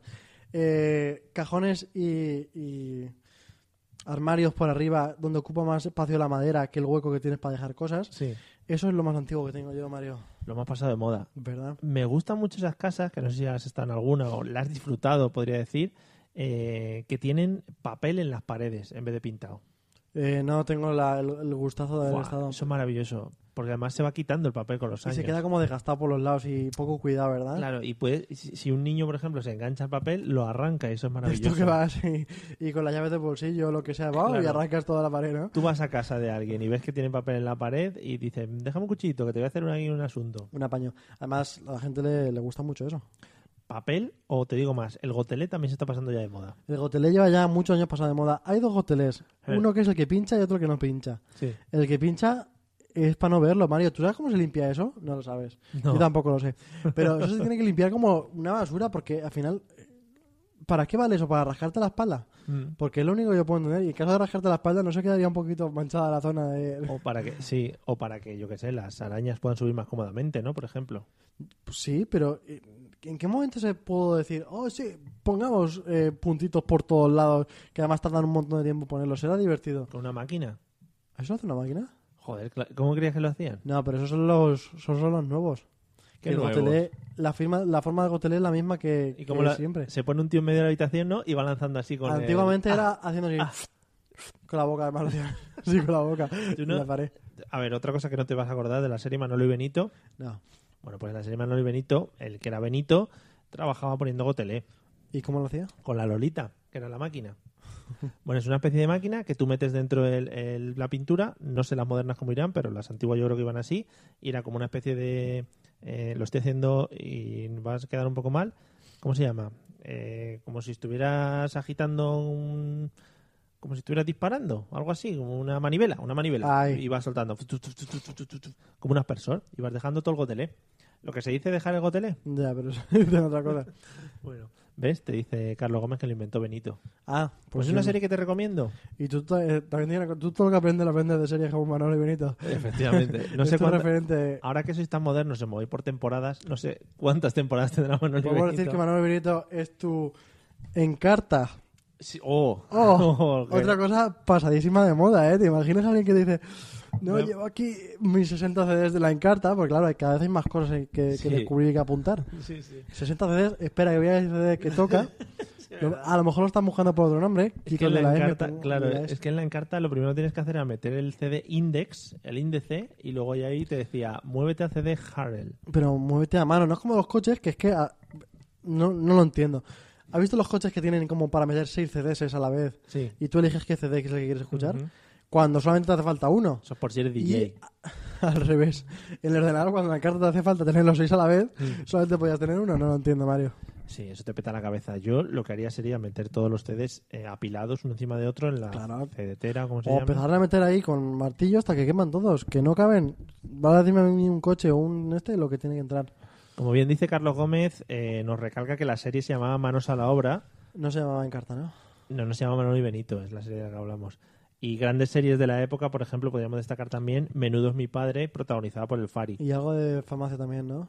Eh, cajones y, y armarios por arriba donde ocupa más espacio la madera que el hueco que tienes para dejar cosas.
Sí.
Eso es lo más antiguo que tengo yo, Mario.
Lo más pasado de moda.
¿Verdad?
Me gustan mucho esas casas, que no sé si has estado en alguna o las has disfrutado, podría decir, eh, que tienen papel en las paredes en vez de pintado.
Eh, no, tengo la- el, el gustazo de haber
Buah,
estado.
Eso es maravilloso, porque además se va quitando el papel con los
Y
años.
se queda como desgastado por los lados y poco cuidado, ¿verdad?
Claro, y puede, si si un niño, por ejemplo, se engancha al papel, lo arranca y eso es maravilloso.
Esto que vas y, y con las llaves de bolsillo o lo que sea, va y
Claro.
arrancas toda la pared, ¿no?
Tú vas a casa de alguien y ves que tiene papel en la pared y dices, déjame un cuchillito que te voy a hacer un, un asunto.
Un apaño. Además, a la gente le, le gusta mucho eso.
¿Papel o te digo más? El gotelé también se está pasando ya de moda.
El gotelé lleva ya muchos años pasado de moda. Hay dos gotelés.
Eh.
Uno que es el que pincha y otro que no pincha.
Sí.
El que pincha es para no verlo, Mario. ¿Tú sabes cómo se limpia eso? No lo sabes.
No.
Yo tampoco lo sé. Pero eso se tiene que limpiar como una basura porque al final... ¿Para qué vale eso? ¿Para rascarte la espalda? Porque es lo único que yo puedo entender. Y en caso de rascarte la espalda, ¿no se quedaría un poquito manchada la zona de...?
O para que, sí, o para que, yo qué sé, las arañas puedan subir más cómodamente, ¿no? Por ejemplo.
Pues Sí, pero eh, ¿en qué momento se puedo decir, oh, sí, pongamos eh, puntitos por todos lados, que además tardan un montón de tiempo en ponerlos? ¿Será divertido?
Con una máquina.
¿Eso lo hace una máquina?
Joder, cla- ¿cómo creías que lo hacían?
No, pero esos son los, esos son los nuevos.
¿Qué
el
nuevos?
gotelé- la, firma, la forma de gotelé es la misma que,
Y como
que
la-
Eh, siempre.
se pone un tío en medio de la habitación, ¿no? Y va lanzando así con el- Ah.
Antiguamente era haciendo así, con la boca, además lo hacía así con la boca,
Tú
en
no-
la pared.
A ver, otra cosa que no te vas a acordar de la serie Manolo y Benito.
No.
Bueno, pues en la serie Manolo y Benito, el que era Benito, trabajaba poniendo gotelé.
¿Y cómo lo hacía?
con la Lolita, que era la máquina. Bueno, es una especie de máquina que tú metes dentro el- el- la pintura, no sé las modernas como irán, pero las antiguas yo creo que iban así, y era como una especie de... eh, lo estoy haciendo y vas a quedar un poco mal. ¿Cómo se llama? Eh, como si estuvieras agitando un... Como si estuvieras disparando, algo así, como una manivela, una manivela.
Ay.
Y vas soltando, tu, tu, tu, tu, tu, tu, tu, tu, como un aspersor, y vas dejando todo el gotelé. Lo que se dice dejar el gotelé.
Ya, pero eso es otra cosa.
Bueno, ¿ves? Te dice Carlos Gómez que lo inventó Benito.
Ah,
Pues es
sí.
una serie que te recomiendo.
Y tú, ta- eh, también tienes una co- tú todo lo que aprendes lo aprendes de series como Manolo y Benito.
Efectivamente. No
Es
sé
tu
cuánta- Ah,
referente.
Ahora que sois tan modernos, se movéis por temporadas. No sé cuántas temporadas tendrá Manolo y
Podemos
Benito.
decir que Manolo y Benito es tu encarta.
Sí, Oh,
Oh,
Oh, qué-
otra cosa pasadísima de moda, ¿eh? ¿Te imaginas a alguien que dice, no,
Me-
llevo aquí mis 60 CDs de la encarta? Porque claro, cada vez hay más cosas que, que
Sí.
descubrir y que apuntar.
Sí, sí.
60 CDs, espera que voy a el CD que toca. Lo- a lo mejor lo están buscando por otro nombre.
Es que
Chicos
en
de
la
la M,
encarta,
pongo-
claro,
mira,
es que en la encarta lo primero que tienes que hacer era meter el CD index, el índice, y luego ya ahí te decía, muévete a CD Harrell.
Pero muévete a mano, no es como los coches, que es que ah, no, no lo entiendo. ¿Has visto los coches que tienen como para meter seis CDs a la vez?
Sí.
Y tú eliges qué CD es el que quieres escuchar, cuando solamente te hace falta uno.
Eso es por si eres DJ.
Y al revés, en el ordenador cuando en la carta te hace falta tener los seis a la vez,
Mm.
solamente podías tener uno, no lo entiendo, Mario.
Sí, eso te peta la cabeza. Yo lo que haría sería meter todos los CDs eh, apilados uno encima de otro en la
Claro.
cedetera, como se
O
llama.
empezar a meter ahí con martillo hasta que queman todos, que no caben. Va a decirme a mí un coche o un este lo que tiene que entrar.
Como bien dice Carlos Gómez, eh, nos recalca que la serie se llamaba Manos a la obra.
No se llamaba en carta, ¿no?
No, no se llama Manolo y Benito, es la serie de la que hablamos. Y grandes series de la época, por ejemplo, podríamos destacar también Menudo es mi padre, protagonizada por el Fari.
Y algo de farmacia también, ¿no?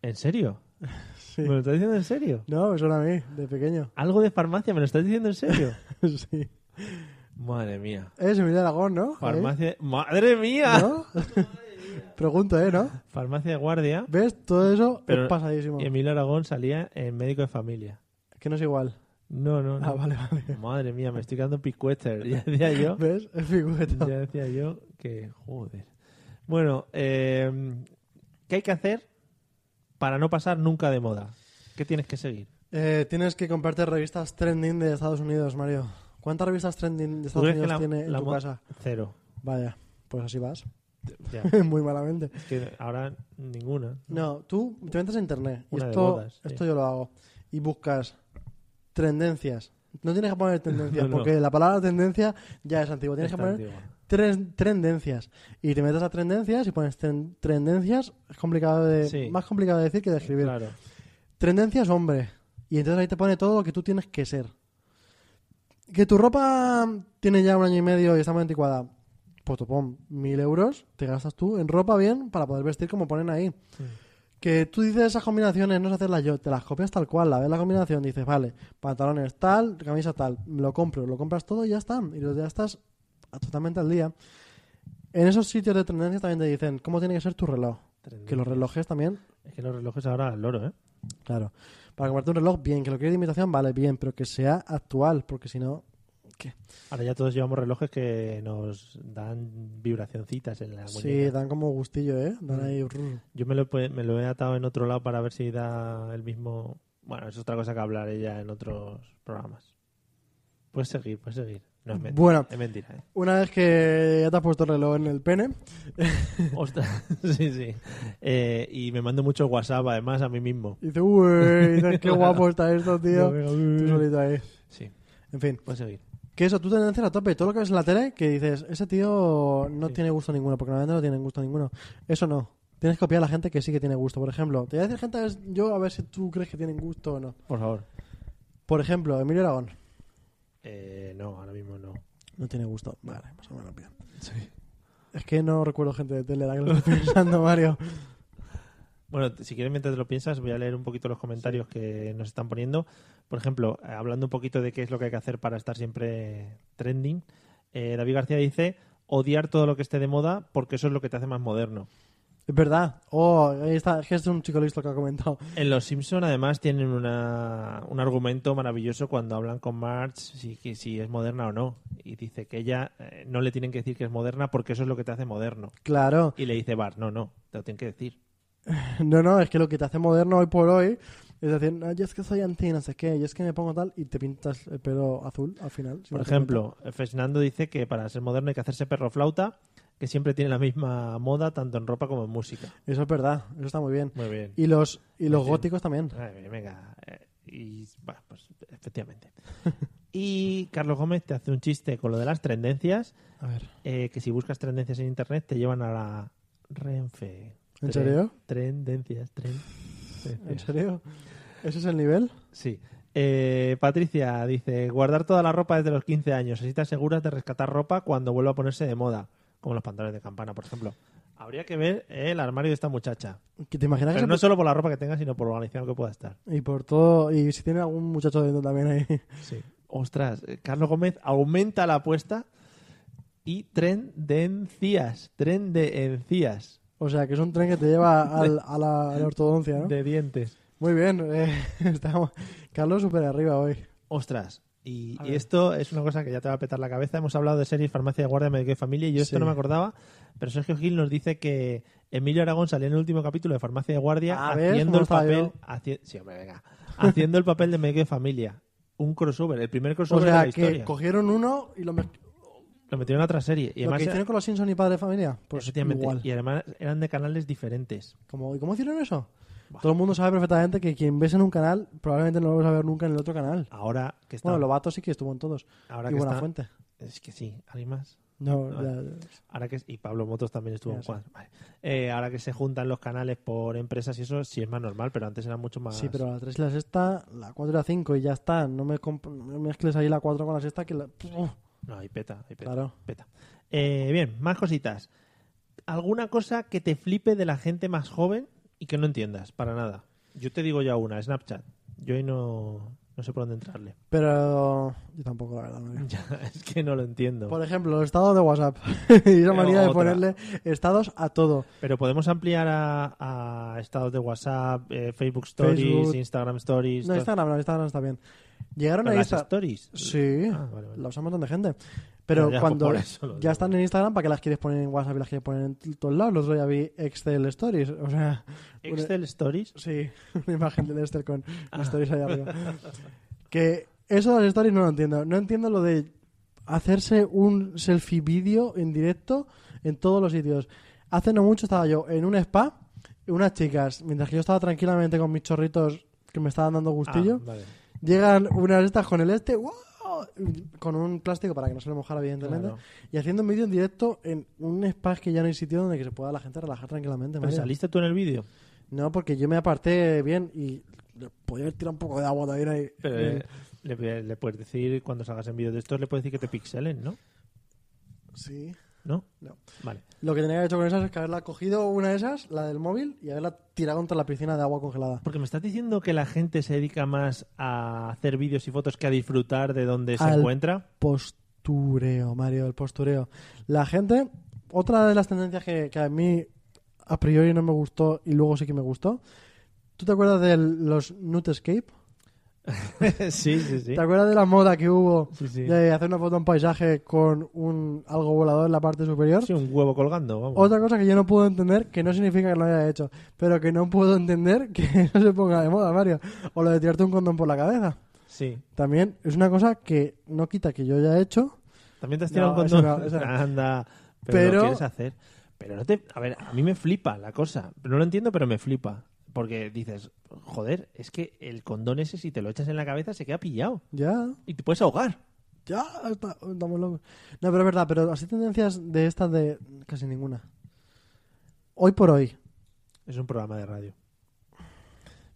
¿En serio?
Sí.
¿Me lo estás diciendo en serio?
No, eso era a mí, de pequeño.
¿Algo de farmacia? ¿Me lo estás diciendo en serio?
sí.
Madre mía.
Es Emilio Aragón, ¿no?
Farmacia... ¡Madre mía!
¿Eh? ¿No? Pregunto, ¿eh? ¿No?
Farmacia de guardia.
¿Ves? Todo eso
Pero-
es pasadísimo.
Y Emilio Aragón salía en médico de familia.
Que no es igual.
No, no, no.
Ah, vale, vale.
Madre mía, me estoy quedando picueter. Ya decía yo...
¿Ves? Es figureta.
Ya decía yo que, joder. Bueno, eh, ¿qué hay que hacer para no pasar nunca de moda? ¿Qué tienes que seguir?
Eh, tienes que comprarte revistas trending de Estados Unidos, Mario. ¿Cuántas revistas trending de
¿Tú
Estados
crees que
Unidos
la-
tiene en
la
tu
mo-
casa?
Cero.
Vaya, pues así vas.
Ya,
Muy malamente.
es que ahora ninguna.
No, tú te metes en internet. Y
Una de
esto,
bodas, sí.
esto yo lo hago. Y buscas tendencias. No tienes que poner tendencias,
No, no.
porque la palabra tendencia ya es antigua. Tienes
Es
que poner
antigua.
tres tendencias. Y te metes a tendencias y pones tren- tendencias. Es complicado de,
Sí.
más complicado de decir que de escribir.
Claro.
Tendencias hombre. Y entonces ahí te pone todo lo que tú tienes que ser. Que tu ropa tiene ya un año y medio y está muy anticuada. Pues tú pon mil euros, te gastas tú en ropa bien para poder vestir como ponen ahí. Que tú dices esas combinaciones, no sé hacerlas yo, te las copias tal cual, la ves la combinación, dices, vale, pantalones tal, camisa tal, me lo compro, lo compras todo y ya está. Y ya estás totalmente al día. En esos sitios de tendencia también te dicen cómo tiene que ser tu reloj.
Tendencias.
Que los relojes también,
Es que los relojes ahora al loro, ¿eh?
claro. Para comprarte un reloj, bien. Que lo quieres de imitación, vale, bien. Pero que sea actual, porque si no... ¿Qué?
Ahora ya todos llevamos relojes que nos dan vibracioncitas en la
Sí,
muñeca.
dan como gustillo, ¿eh? Dan ahí... rrr.
Yo me lo, he pu- me lo he atado en otro lado para ver si da el mismo... Bueno, es otra cosa que hablaré ya en otros programas. Puedes seguir, puedes seguir. No es mentira.
Bueno.
Es mentira, ¿eh?
Una vez que ya te has puesto el reloj en el pene,
Ostras, sí, sí. Eh, y me mando mucho WhatsApp, además, a mí mismo.
dices, uy, dices, qué guapo está esto, tío. Tú solito ahí.
Sí,
En fin,
puedes seguir.
que eso, tú tendencias a tope. Todo lo que ves en la tele que dices, ese tío no
Sí.
tiene gusto ninguno, porque normalmente no tienen gusto ninguno. Eso no. Tienes que copiar a la gente que sí que tiene gusto. Por ejemplo, te voy a decir gente, es- yo a ver si tú crees que tienen gusto o no.
Por favor.
Por ejemplo, Emilio Aragón.
Eh, no, ahora mismo no.
No tiene gusto. Vale, más o menos bien. Es que no recuerdo gente de tele, la que lo estoy pensando, Mario.
Bueno, t- si quieres, mientras lo piensas, voy a leer un poquito los comentarios que nos están poniendo. Por ejemplo, eh, hablando un poquito de qué es lo que hay que hacer para estar siempre trending, eh, David García dice odiar todo lo que esté de moda porque eso es lo que te hace más moderno.
Es verdad. Oh, ahí está. Es que es un chico listo que ha comentado.
En Los Simpson además tienen una- un argumento maravilloso cuando hablan con Marge si, que si es moderna o no. Y dice que ella eh, no le tienen que decir que es moderna porque eso es lo que te hace moderno.
Claro.
Y le dice Bart, no, no, te lo tienen que decir.
No, no, es que lo que te hace moderno hoy por hoy es decir, "No, yo es que soy anti, no sé qué, yo es que me pongo tal y te pintas el pelo azul al final. si
Por
no te
ejemplo, Fernando dice que para ser moderno hay que hacerse perro flauta, que siempre tiene la misma moda tanto en ropa como en música.
cuentas. Eso es verdad, eso está muy bien.
Muy bien.
Y los, y los
Pues Sí.
góticos también.
Ay, venga, eh, y bueno, pues efectivamente. Y Carlos Gómez te hace un chiste con lo de las tendencias,
A ver.
eh, que si buscas tendencias en internet te llevan a la Renfe.
¿En serio?
Tendencias, tren.
¿En serio? ¿Ese es el nivel?
Sí. Eh, Patricia dice, guardar toda la ropa desde los 15 años. Así te aseguras de rescatar ropa cuando vuelva a ponerse de moda. Como los pantalones de campana, por ejemplo. Habría que ver eh, el armario de esta muchacha.
¿Que ¿Te imaginas que
Pero
se
no solo por la ropa que tenga, sino por lo organizado que pueda estar.
Y por todo, y si tiene algún muchacho dentro también ahí.
Sí. Ostras, eh, Carlos Gómez aumenta la apuesta y tren de encías. Tren de encías.
O sea, que es un tren que te lleva al- a, la, a la ortodoncia, ¿no?
De dientes.
Muy bien, eh, estamos... Carlos súper arriba hoy.
Ostras. Y,
A
y
ver.
esto es una cosa que ya te va a petar la cabeza. Hemos hablado de series Farmacia de Guardia, Médico y Familia, y yo esto
Sí.
no me acordaba, pero Sergio Gil nos dice que Emilio Aragón salió en el último capítulo de Farmacia de Guardia
Ah, ¿ves?
haciendo
¿Cómo
el
estaba
papel.
yo?
haci- sí, hombre, venga. haciendo el papel de Médico y Familia. Un crossover, el primer
O
crossover de la
sea, que
historia.
cogieron uno y lo, mez-
Lo metieron en otra serie. Y
lo
además,
que hicieron con los Simpson y Padre de Familia. Pues
efectivamente,
igual.
y además eran de canales diferentes.
¿Cómo, ¿Y cómo hicieron eso? Todo el mundo sabe perfectamente que quien ves en un canal probablemente no lo vas a ver nunca en el otro canal.
Ahora que está.
Bueno, Lobato sí que estuvo en todos.
ahora
y
que
Buena
está-
Fuente.
Es que sí, ¿alguien más?
No,
Ah.
ya- ya-
Ahora que y Pablo Motos también estuvo
Ya
en
sé.
cuadro. Vale. Eh, ahora que se juntan los canales por empresas y eso sí es más normal, pero antes era mucho más.
sí, pero la 3 y la sexta, la 4 y la 5 y ya está. No me, comp- no me mezcles ahí la 4 con la sexta que la... Uf,
No, ahí peta, ahí peta.
Claro.
peta. Eh, bien, más cositas. ¿Alguna cosa que te flipe de la gente más joven y que no entiendas para nada? Yo te digo ya una, Snapchat. Yo ahí no, no sé por dónde entrarle.
Pero yo tampoco, la verdad. Mario.
Ya, es que no lo entiendo.
Por ejemplo, los estados de WhatsApp. y esa manía de
Otra.
ponerle estados a todo.
Pero podemos ampliar a, a estados de WhatsApp, eh, Facebook Stories,
Facebook.
Instagram Stories.
No,
todo-
Instagram, no, Instagram está bien. Llegaron
Pero
a
las
Instagram.
Stories.
Sí,
Ah, vale, vale.
la usa un montón de gente. Pero
Ya, pues
cuando
por eso lo digo.
ya están en Instagram, ¿para qué las quieres poner en WhatsApp y las quieres poner en t- todos lados? Los otro día vi Excel Stories. O sea, una-
Excel Stories. Ah.
sí, una imagen del Excel con Stories ahí arriba. que eso de las Stories no lo entiendo. No entiendo lo de hacerse un selfie vídeo en directo en todos los sitios. Hace no mucho estaba yo en un spa, unas chicas, mientras que yo estaba tranquilamente con mis chorritos que me estaban dando
Ah,
gustillo.
vale.
Llegan unas de estas con el este, ¡guau! con un plástico para que no se le mojara, evidentemente,
Claro.
y haciendo un vídeo en directo en un spa que ya no hay sitio donde que se pueda la gente relajar tranquilamente.
Pero
Mario.
Pues saliste tú en el vídeo.
No, porque yo me aparté bien y le podía haber tirado un poco de agua también ahí.
Pero,
Eh,
eh, le, le puedes decir, cuando salgas en vídeo de estos, le puedes decir que te pixelen, ¿no?
Sí.
¿No?
No.
Vale.
Lo que tenía que haber hecho con esas es que haberla cogido una de esas, la del móvil, y haberla tirado contra la piscina de agua congelada.
Porque me estás diciendo que la gente se dedica más a hacer vídeos y fotos que a disfrutar de donde se
Al-
encuentra.
Postureo, Mario, el postureo. La gente otra de las tendencias que, que a mí a priori no me gustó y luego sí que me gustó. ¿Tú te acuerdas de los Nutescape?
sí, sí, sí.
¿Te acuerdas de la moda que hubo
Sí, sí.
de hacer una foto a un paisaje con un algo volador en la parte superior?
Sí, un huevo colgando, vamos.
Otra cosa que yo no puedo entender, que no significa que lo haya hecho, pero que no puedo entender que no se ponga de moda, Mario. O lo de tirarte un condón por la cabeza.
Sí.
También es una cosa que no quita que yo haya hecho.
También te has tirado
No,
un
eso
condón.
no, eso no.
Anda, pero,
Pero-
lo quieres hacer. Pero no te... A ver, a mí me flipa la cosa. No lo entiendo, pero me flipa. Porque dices, joder, es que el condón ese si te lo echas en la cabeza se queda pillado.
Ya,
Y te puedes ahogar.
ya, está- estamos locos. No, pero es verdad, pero así tendencias de estas de casi ninguna. Hoy por hoy,
Es un programa de radio.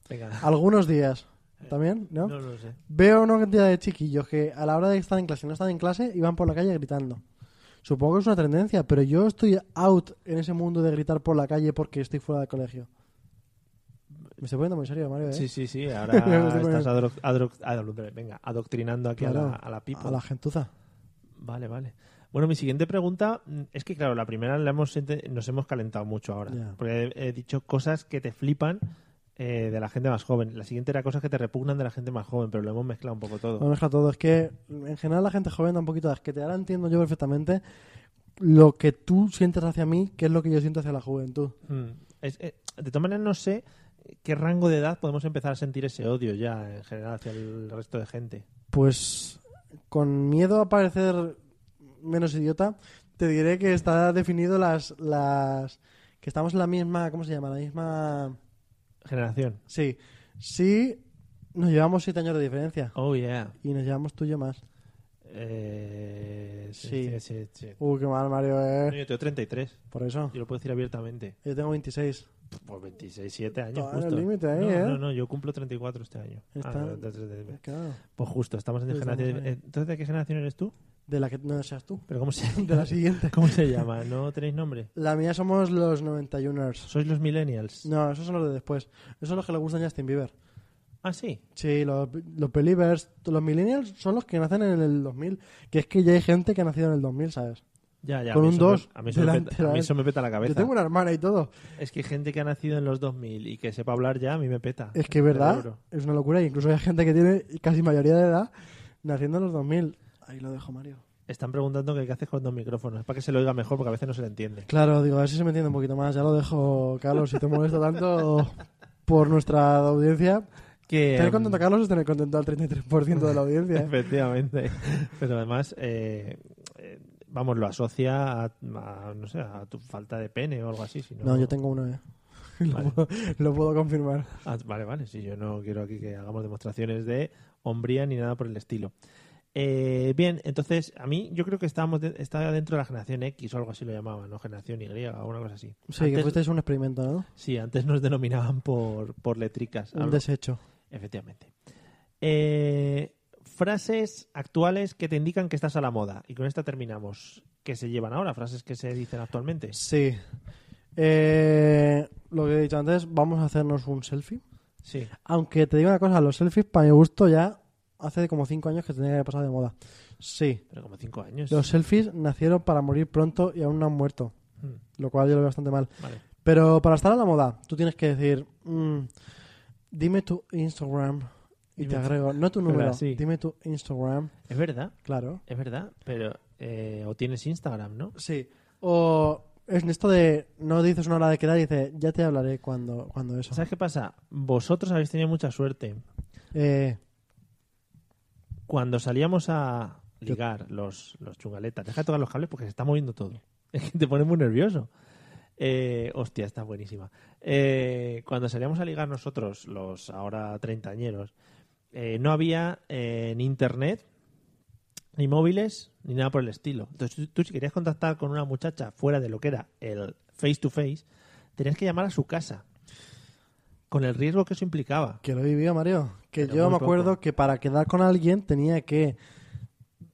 Venga. ¿Eh?
algunos días. ¿También? ¿No?
Ah, No lo sé.
Veo una cantidad de chiquillos que a la hora de estar en clase y no estar en clase iban por la calle gritando. Supongo que es una tendencia, pero yo estoy out en ese mundo de gritar por la calle porque estoy fuera del colegio. Me estoy poniendo muy serio, Mario. ¿eh?
Sí, sí, sí. Ahora
Me estoy
estás
poniendo-
adro- adro- adro- venga, adoctrinando aquí a la,
Claro,
a la pipa.
A la gentuza.
Vale, vale. Bueno, mi siguiente pregunta mm, es que, claro, la primera la hemos, ente- nos hemos calentado mucho ahora.
Ya.
Porque he, he dicho cosas que te flipan eh, de la gente más joven. La siguiente era cosas que te repugnan de la gente más joven, pero lo hemos mezclado un poco todo.
Lo mezcla todo. Es que en general la gente joven da un poquito de asquete. Ahora entiendo yo perfectamente lo que tú sientes hacia mí, que es lo que yo siento hacia la juventud.
Mm. Es- eh, de todas maneras, no sé qué rango de edad podemos empezar a sentir ese odio ya en general hacia el resto de gente.
Pues con miedo a parecer menos idiota, te diré que está definido las las que estamos en la misma, ¿cómo se llama? La misma
Generación.
Sí. Sí, nos llevamos siete años de diferencia
Oh, yeah.
y nos llevamos tú y yo más.
Eh, sí,
Sí.
sí, sí, sí.
Uh, qué mal, Mario,
No,
eh.
Yo tengo 33.
Por eso.
Yo lo puedo decir abiertamente.
Yo tengo 26.
Pues 26, 7 años
Todavía
justo.
el límite ahí,
no,
¿eh?
no, no, yo cumplo 34 este año. Ah,
Está-
no, entonces, de-
Claro.
pues justo, estamos en
Pues
generación.
estamos ahí.
Entonces, ¿de qué generación eres tú?
De la que no seas tú.
¿Pero cómo se,
De la siguiente.
¿Cómo se llama? ¿No tenéis nombre?
La mía somos los 91ers.
¿Sois los millennials?
No, esos son los de después. Esos son los que le gustan a Justin Bieber.
Ah, sí.
Sí, los, los believers, los millennials son los que nacen en el 2000. Que es que ya hay gente que ha nacido en el 2000, ¿sabes?
Ya, ya. a
Con
mí
un
eso me-
dos
A mí, eso me
delante,
peta, a mí
¿vale?
eso me peta la cabeza.
Yo tengo una hermana y todo.
Es que gente que ha nacido en los 2000 y que sepa hablar ya, a mí me peta.
Es que,
el
¿verdad?
cerebro.
Es una locura. Incluso hay gente que tiene casi mayoría de edad naciendo en los 2000. Ahí lo dejo, Mario.
Están preguntando que qué haces con dos micrófonos. Es para que se lo oiga mejor porque a veces no se le entiende.
Claro, digo, a ver si se me entiende un poquito más. Ya lo dejo, Carlos. Si te molesta tanto por nuestra audiencia.
Que,
Tener
em,
contento a Carlos es tener contento al 33% de la audiencia. ¿eh?
Efectivamente. Pero además, eh, eh, vamos, lo asocia a, a, no sé, a tu falta de pene o algo así. si no-
No, yo tengo uno, ¿eh?
Vale.
Lo, puedo, lo puedo confirmar.
Ah, vale, vale, sí, yo no quiero aquí que hagamos demostraciones de hombría ni nada por el estilo. Eh, bien, entonces, a mí yo creo que estábamos de- estaba dentro de la generación X o algo así lo llamaban, ¿no? Generación Y o una cosa así.
Sí, que
Antes-
fuisteis un experimento, ¿no?
Sí, antes nos denominaban por, por letricas.
Un
algo-
desecho.
Efectivamente. Eh, frases actuales que te indican que estás a la moda. Y con esta terminamos. ¿Qué se llevan ahora? Frases que se dicen actualmente.
Sí. Eh, lo que he dicho antes, vamos a hacernos un selfie.
Sí.
Aunque te digo una cosa, los selfies, para mi gusto, ya hace como 5 años que tenía que haber pasado de moda. Sí.
Pero como cinco años.
Los selfies nacieron para morir pronto y aún no han muerto.
Mm,
Lo cual yo lo veo bastante mal.
Vale.
Pero para estar a la moda, tú tienes que decir, mm, dime tu Instagram y
Dime
te
tu-
agrego, no tu
Pero
número,
así.
dime tu Instagram,
Es verdad,
claro.
es verdad. Pero. eh, o tienes Instagram, ¿no?
Sí. O es en esto de, no dices una hora de quedar y dices, ya te hablaré cuando, cuando eso.
¿Sabes qué pasa? Vosotros habéis tenido mucha suerte.
Eh,
Cuando salíamos a ligar los, los chungaletas, deja de tocar los cables porque se está moviendo todo. Es que te pones muy nervioso. Eh, hostia, está buenísima. Eh, cuando salíamos a ligar nosotros, los ahora treintañeros, eh, no había eh, ni internet, ni móviles, ni nada por el estilo. Entonces, tú, tú si querías contactar con una muchacha fuera de lo que era el face to face, tenías que llamar a su casa, con el riesgo que eso implicaba.
que lo he vivido, Mario. Que
Pero
yo
muy
me acuerdo
poco.
que para quedar con alguien tenía que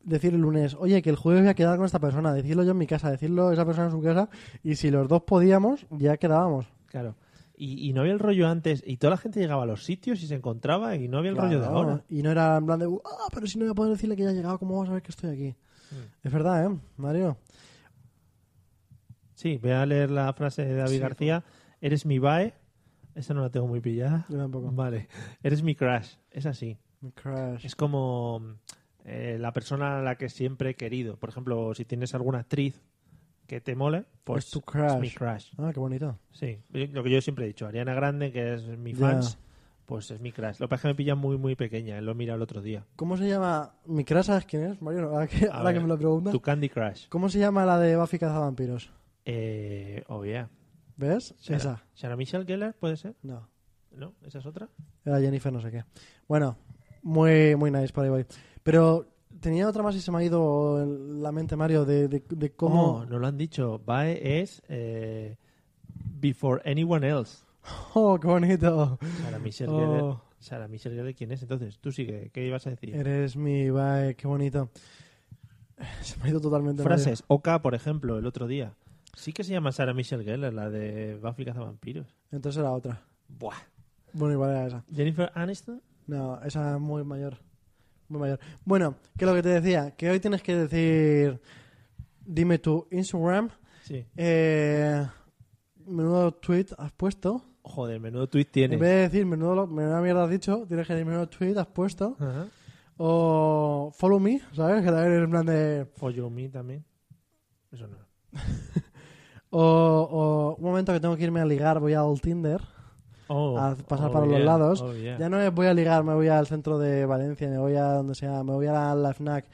decir el lunes, oye, que el jueves voy a quedar con esta persona, decirlo yo en mi casa, decirlo esa persona en su casa, y si los dos podíamos, ya quedábamos.
Claro. Y, y no había el rollo antes, y toda la gente llegaba a los sitios y se encontraba, y no había el rollo de
Claro,
ahora.
Y no era en plan de, ah, pero si no voy a poder
Mm.
decirle que ya ha llegado, ¿cómo vas a saber que estoy aquí? Es verdad, ¿eh, Mario?
Sí, voy a leer la frase de David García. Eres mi bae. Esa no la tengo muy pillada.
Yo tampoco.
Vale. Eres mi crush. Es así.
Mi crush.
Es como eh, la persona a la que siempre he querido. Por ejemplo, si tienes alguna actriz que te mole, pues
Es tu crush.
es mi crush.
Ah, qué bonito.
Sí, Yo- lo que yo siempre he dicho, Ariana Grande, que es mi
Ya.
fans, pues es mi crush. Lo que pasa es que me pilla muy, muy pequeña, lo he mirado el otro día.
¿Cómo se llama? ¿Mi crush sabes quién es, Mario? Ahora que,
A
ahora que
ver,
me lo preguntas.
Tu Candy Crush.
¿Cómo se llama la de Buffy cazavampiros?
Eh, oh yeah.
¿Ves?
Sarah-
Esa.
Sarah Michelle Gellar, ¿puede ser?
No.
¿No? ¿Esa es otra?
Era Jennifer no sé qué. Bueno, muy, muy nice, por ahí voy. Pero tenía otra más y se me ha ido en la mente, Mario, de, de, de cómo...
Oh, no lo han dicho. Bae es eh, Before Anyone Else.
Oh, qué bonito!
Sarah Michelle
Oh.
Gellar. Sarah Michelle Gellar, ¿quién es? Entonces, tú sigue. ¿Qué ibas a decir?
Eres mi bye, qué bonito. Se me ha ido totalmente. Mario.
Frases. Oka, por ejemplo, el otro día. Sí que se llama Sarah Michelle Gellar, la de Buffy Cazavampiros.
Entonces era otra.
Buah.
Bueno, igual era esa.
Jennifer Aniston.
No, esa es muy mayor. Muy mayor. Bueno, que lo que te decía, que hoy tienes que decir. Dime tu Instagram.
Sí.
Eh, menudo tweet has puesto.
Joder, menudo tweet tiene.
En vez de decir menudo, lo- menuda mierda has dicho, tienes que decir menudo tweet has puesto.
Ajá.
O follow me, ¿sabes? Que también es en plan de.
Follow me también. Eso no.
O, o un momento que tengo que irme a ligar, voy al Tinder.
Oh,
a pasar
oh,
para los
yeah,
lados.
oh, yeah.
Ya no es voy a ligar, me voy al centro de Valencia, me voy a donde sea, me voy a la, la FNAC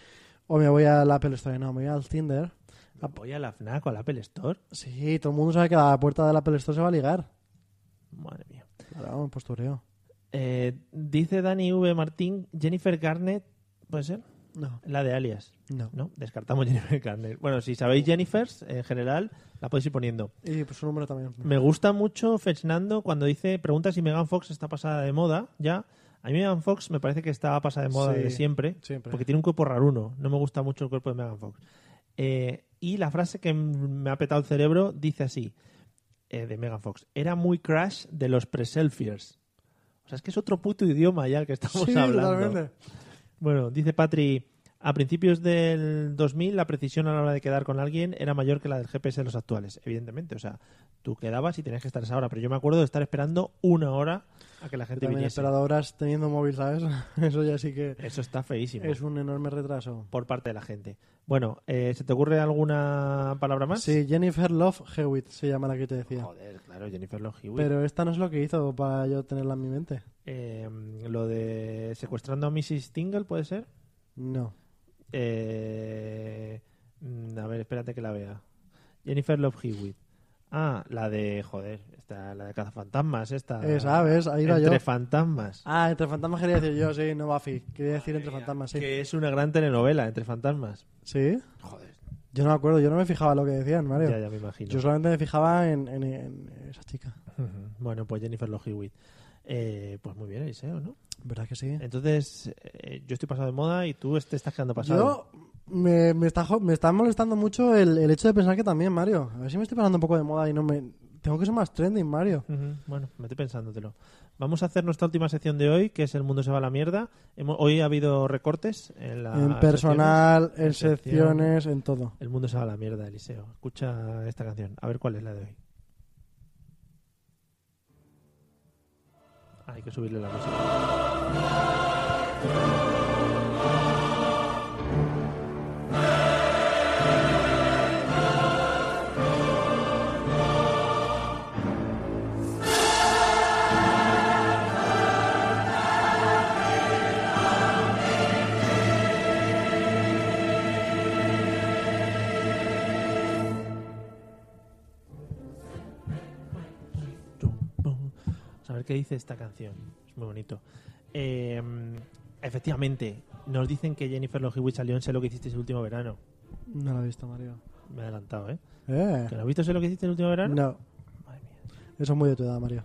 o me voy a la Apple Store. No, me voy al Tinder.
¿Apoya a la FNAC o al Apple Store?
Sí, todo el mundo sabe que a la puerta de la Apple Store se va a ligar.
Madre mía.
Claro, un postureo.
Eh, dice Dani V. Martín, Jennifer Garnett, ¿puede ser?
No,
La de Alias.
no.
No, descartamos Jennifer Garnett. Bueno, si sabéis Jennifers, en general, la podéis ir poniendo.
Y pues su número también.
Me gusta mucho Fernando cuando dice, pregunta si Megan Fox está pasada de moda ya. A mí Megan Fox me parece que está pasada de moda
Sí,
de siempre,
siempre.
porque tiene un cuerpo raruno. No me gusta mucho el cuerpo de Megan Fox. Eh, y la frase que m- me ha petado el cerebro dice así, eh, de Megan Fox, era muy crash de los pre-selfiers. O sea, es que es otro puto idioma ya el que estamos
Sí,
hablando.
totalmente.
Bueno, dice Patri, a principios del 2000 la precisión a la hora de quedar con alguien era mayor que la del GPS de los actuales, evidentemente. O sea, tú quedabas y tenías que estar esa hora, pero yo me acuerdo de estar esperando una hora a que la
Yo
gente
también he
viniese.
esperado horas teniendo móvil, ¿sabes? Eso ya sí que
Eso está feísimo
es un enorme retraso.
por parte de la gente. Bueno, eh, ¿se te ocurre alguna palabra más?
Sí, Jennifer Love Hewitt se llama la que te decía.
Joder, claro, Jennifer Love Hewitt.
Pero esta no es lo que hizo para yo tenerla en mi mente.
Eh, lo de secuestrando a Mrs. Tingle, ¿puede ser?
No.
Eh, mm, a ver, espérate que la vea. Jennifer Love Hewitt. Ah, la de, joder, esta, la de cazafantasmas, esta.
Esa, ¿ves? Ahí iba
Entre
yo.
fantasmas.
Ah, entre fantasmas quería decir yo, sí, no Buffy. Quería decir entre fantasmas, sí.
Que es una gran telenovela, Entre fantasmas.
¿Sí?
Joder,
Yo no me acuerdo, yo no me fijaba lo que decían, Mario.
ya, ya me imagino.
Yo solamente me fijaba en, en- en esa chica.
Ujú. Bueno, pues Jennifer Love Hewitt. Eh, pues muy bien, Eliseo, ¿no?
¿Verdad que sí?
Entonces, eh, yo estoy pasado de moda y tú te estás quedando pasado.
Yo me, me está, jo- me está molestando mucho el, el hecho de pensar que también, Mario. A ver si me estoy pasando un poco de moda y no me. Tengo que ser más trending, Mario.
Ujú, Bueno, me estoy pensándotelo. Vamos a hacer nuestra última sección de hoy, que es El mundo se va a la mierda. Hemo- hoy ha habido recortes en la
en personal, en
secciones.
secciones, en todo.
El mundo se va a la mierda, Eliseo. Escucha esta canción. A ver cuál es la de hoy. Ah, Hay que subirle la música. Tum, pum. Vamos a ver qué dice esta canción. Es muy bonito. Eh, efectivamente, nos dicen que Jennifer Love Hewitt salió en Sé lo que hiciste el último verano.
No lo he visto, Mario.
Me he adelantado, ¿eh?
Eh,
¿Que no has visto Sé lo que hiciste el último verano?
no,
Madre mía.
eso es muy de tu edad, Mario.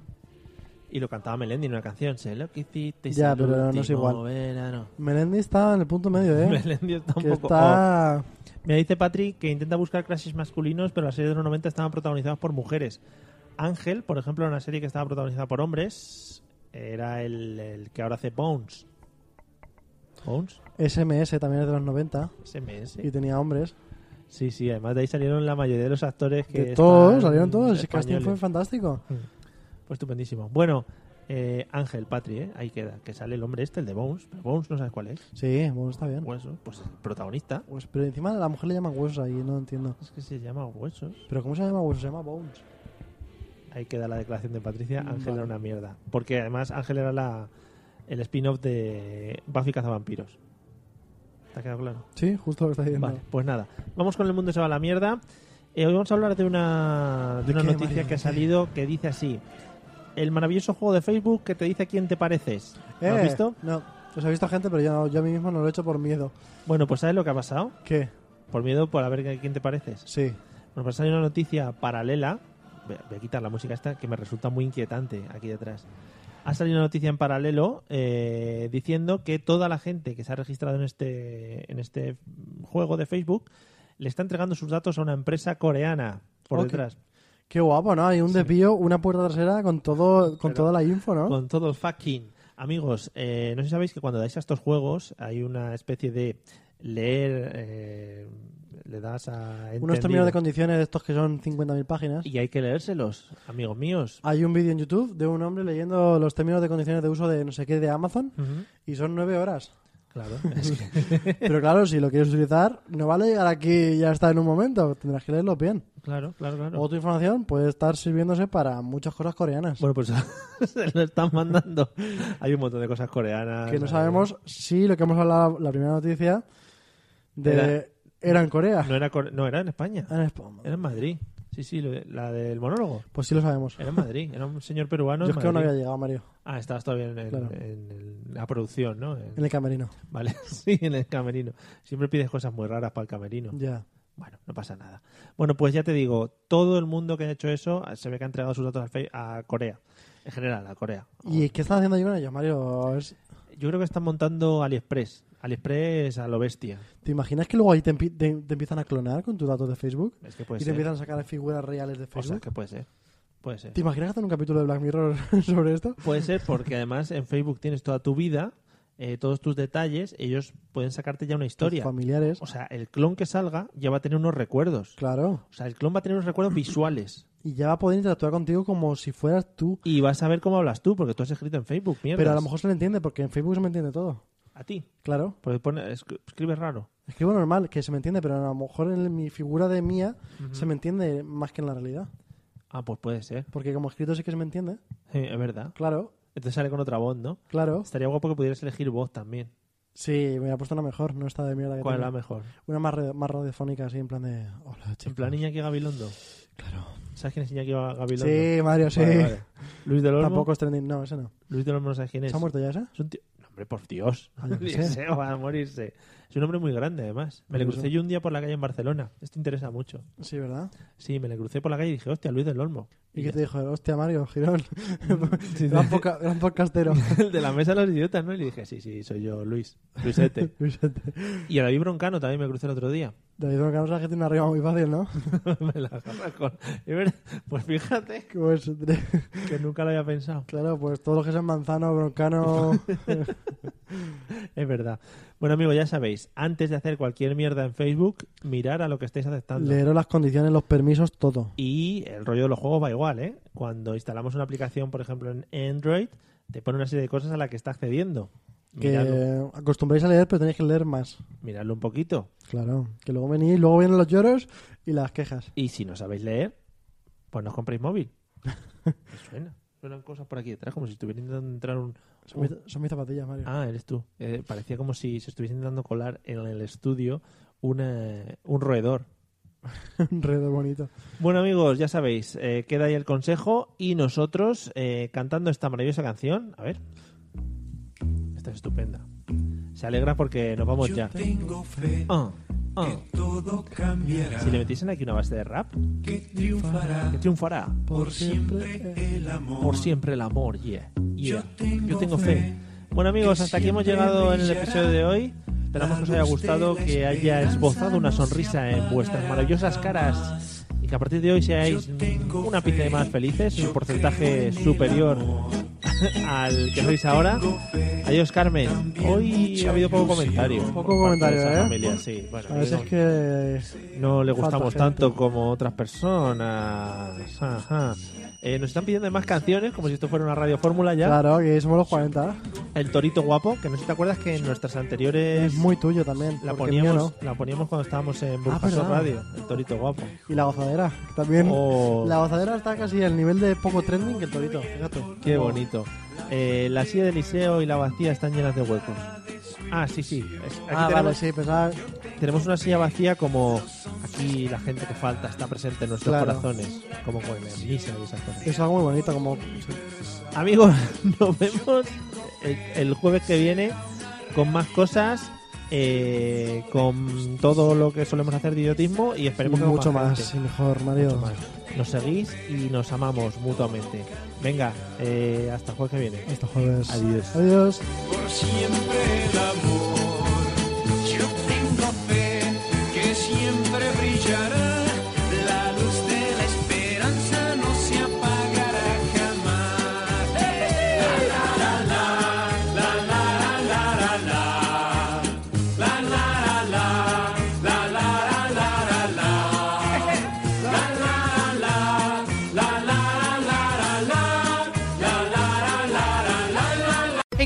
Y lo cantaba Melendi en una canción. Sé lo que hiciste
Ya,
el
pero no es
último
igual.
verano.
Melendi está en el punto medio, ¿eh?
Melendi está un
que
poco...
está.
Me dice Patrick que intenta buscar crashes masculinos, pero las series de los 90 estaban protagonizadas por mujeres. Ángel, por ejemplo, era una serie que estaba protagonizada por hombres. Era el, el que ahora hace Bones. Bones,
SMS también es de los 90
SMS.
y tenía hombres.
Sí, sí, además de ahí salieron la mayoría de los actores que.
De todos,
están
salieron todos. Ese casting
españoles.
fue fantástico.
Pues estupendísimo. Bueno, eh, Ángel Patri, ¿eh? ahí queda, que sale el hombre este, el de Bones. Pero Bones no sabes cuál es.
Sí, bueno, está bien.
Huesos, pues el protagonista.
Pues, pero encima a la mujer le llaman huesos ahí, no entiendo.
Es que se llama Huesos.
¿Pero cómo se llama huesos? Se llama bones.
Ahí queda la declaración de Patricia. Ángel
Vale.
era una mierda. Porque además Ángel era la, el spin-off de Buffy Cazavampiros. ¿Te ha quedado claro?
Sí, justo lo que está diciendo.
Vale, pues nada. Vamos con el mundo se va a la mierda. Eh, hoy vamos a hablar de una, de
¿De
una
qué,
noticia
Mario?
que ha
¿De qué?
salido que dice así. El maravilloso juego de Facebook que te dice a quién te pareces. ¿Lo has
Eh,
visto?
No, los he visto gente, pero yo, no- yo a mí mismo no lo he hecho por miedo.
Bueno, pues ¿sabes lo que ha pasado?
¿Qué?
Por miedo por a ver a quién te pareces.
Sí.
Bueno, pues hay una noticia paralela. Voy a- voy a quitar la música esta que me resulta muy inquietante aquí detrás. Ha salido una noticia en paralelo eh, diciendo que toda la gente que se ha registrado en este, en este juego de Facebook le está entregando sus datos a una empresa coreana por
Ok.
detrás.
Qué guapo, ¿no? Hay un desvío, una puerta trasera con todo, con toda la info, ¿no?
Con todo el fucking. Amigos, eh, no sé si sabéis que cuando dais a estos juegos hay una especie de leer, eh, le das a...
Unos
entendido.
términos de condiciones de estos que son 50.000 páginas.
Y hay que leérselos, amigos míos.
Hay un vídeo en YouTube de un hombre leyendo los términos de condiciones de uso de no sé qué de Amazon
Ujú.
y son nueve horas.
Claro. es que-
Pero claro, si lo quieres utilizar, no vale llegar aquí y ya está en un momento. Tendrás que leerlo bien.
claro, claro, claro.
O tu información puede estar sirviéndose para muchas cosas coreanas.
Bueno, pues se lo están mandando. Hay un montón de cosas coreanas.
que no
la
sabemos si lo que hemos hablado la primera noticia de
Era-
era, en Corea.
verdad. No era, core- no, era en España.
Ah, en España.
Era en Madrid. Sí, sí, lo de- la del monólogo.
Pues sí lo sabemos.
Era en Madrid. Era un señor peruano.
Yo es
en
que aún no
Madrid.
había llegado, Mario,
Ah, estabas todavía en, en-
Claro.
en- en la producción, ¿no? En-
en el camerino.
Vale, sí, en el camerino. Siempre pides cosas muy raras para el camerino.
Ya.
Bueno, no pasa nada. Bueno, pues ya te digo, todo el mundo que ha hecho eso eh, se ve que ha entregado sus datos al Fe- a Corea. En general, a Corea.
¿Y qué están haciendo yo con ellos, Mario? A ver si-
Yo creo que están montando AliExpress. AliExpress a lo bestia.
¿Te imaginas que luego ahí te, empi- te- te empiezan a clonar con tus datos de Facebook?
Es que puede
y te
ser.
empiezan a sacar figuras reales de
O sea,
Facebook.
que puede ser. Puede ser.
¿Te imaginas que hacen un capítulo de Black Mirror sobre esto?
Puede ser porque además en Facebook tienes toda tu vida, eh, todos tus detalles, ellos pueden sacarte ya una historia.
Tus familiares.
O sea, el clon que salga ya va a tener unos recuerdos.
Claro.
O sea, el clon va a tener unos recuerdos visuales.
Y ya va a poder interactuar contigo como si fueras tú.
Y vas a ver cómo hablas tú, porque tú has escrito en Facebook, mierda.
Pero a lo mejor se le entiende, porque en Facebook se me entiende todo.
A ti.
Claro.
Porque pone, es- escribes raro.
Escribo normal, que se me entiende, pero a lo mejor en mi figura de mía se me entiende más que en la realidad.
Ah, pues puede ser.
Porque como escrito sí que se me entiende.
Sí, es verdad.
Claro,
Entonces sale con otra voz, ¿no?
claro.
Estaría guapo que pudieras elegir voz también.
Sí, me ha puesto una mejor, no esta de mierda que
¿Cuál es
tengo.
la mejor?
Una más, re- más radiofónica, así, en plan de... Hola, chicos.
En plan Iñaki Gabilondo.
Claro.
¿Sabes quién es Iñaki Gabilondo?
Sí, Mario, sí.
Vale, vale. Luis del Olmo.
Tampoco es trending. No, ese no.
Luis del Olmo no sabes quién es.
¿Se ha muerto ya ese?
Es un tío... no, hombre, por Dios.
Ah, yo qué sé.
Deseo a morirse. Es un hombre muy grande, además. Me le
Por eso.
crucé yo un día por la calle en Barcelona. Esto interesa mucho.
Sí, ¿verdad?
Sí, me le crucé por la calle y dije, hostia, Luis del Olmo.
¿Y
Y
qué
ya
te dijo? Hostia, Mario, Girón. gran, poca- gran podcastero.
el de la mesa de los idiotas, ¿no? Y le dije, sí, sí, soy yo, Luis. Luisete.
Vicente.
y a David Broncano también me crucé el otro día.
David Broncano sabe que tiene una rima muy fácil, ¿no?
me la agarra con... Es verdad. Pues fíjate
Que pues,
que nunca lo había pensado.
claro, pues todos los que sean Manzano, Broncano...
Es verdad. Bueno, amigos, ya sabéis, antes de hacer cualquier mierda en Facebook, mirar a lo que estáis aceptando.
Leeros las condiciones, los permisos, todo.
Y el rollo de los juegos va igual, ¿eh? Cuando instalamos una aplicación, por ejemplo, en Android, te pone una serie de cosas a la que está accediendo.
Que
Miradlo,
acostumbráis a leer, pero tenéis que leer más.
miradlo un poquito.
Claro. Que luego venís, luego vienen los lloros y las quejas.
Y si no sabéis leer, pues no os compréis móvil. Me suena. Suenan cosas por aquí detrás, como si estuviera intentando entrar un...
Son, mis, son mis zapatillas, Mario.
Uh. Ah, eres tú. Eh, parecía como si se estuviese intentando colar en el estudio una- un roedor.
Un redo bonito.
Bueno amigos, ya sabéis, eh, queda ahí el consejo y nosotros eh, cantando esta maravillosa canción, a ver, esta es estupenda. Se alegra porque nos vamos Pues ya.
Tengo fe
Ah, ah.
que todo cambiará,
Si le metiesen aquí una base de rap,
que triunfará
que triunfará
por siempre el amor.
por siempre el amor, yeah. yeah.
Yo tengo
Yo tengo fe.
fe
Bueno amigos, hasta aquí hemos
siempre
llegado en el
brillará
episodio de hoy. Esperamos que os haya
luz de
gustado,
la
que haya
esperanza
esbozado una
no se
sonrisa en vuestras
apagará
maravillosas caras y que a partir de hoy seáis
Yo tengo
una pizca de más
fe,
felices, un
yo
porcentaje
creo en el
superior
amor.
al que sois ahora.
tengo fe.
Adiós, Carmen. Hoy ha habido poco comentario.
Poco
por parte de
comentario,
esa
¿eh?
Familia. Sí, bueno,
A veces
no-
que...
no le
falta
gustamos
gente.
tanto como otras personas. Ajá. Eh, nos están pidiendo más canciones, como si esto fuera una radio fórmula ya.
Claro, que somos los 40.
El Torito Guapo, que no sé si te acuerdas que en nuestras anteriores
Es muy tuyo también.
Pues la
porque mío
poníamos,
no.
la poníamos cuando estábamos en Burjasot
verdad.
Radio, el Torito Guapo.
Y la gozadera. También.
Oh.
La gozadera está casi al nivel de poco trending que el torito. Fíjate.
Qué
Como-
bonito. Eh, la silla del liceo y la vacía están llenas de huecos. Ah, sí, sí. Es- aquí
Ah, vale,
tenemos,
sí, pensaba.
tenemos una silla vacía como aquí la gente que falta está presente en nuestros
Claro.
corazones, como con el misa y esas cosas.
Es algo muy bonito, como.
Amigos, nos vemos el, el jueves que viene con más cosas, eh, con todo lo que solemos hacer de idiotismo y esperemos que
mucho
más
más,
gente.
y mejor, Mario.
Mucho más. Nos seguís y nos amamos mutuamente. Venga, eh, hasta el jueves que viene.
Hasta jueves.
Adiós.
Adiós.
por siempre el amor. Yo tengo fe que siempre brillará, la luz de la esperanza no se apagará jamás.
Hey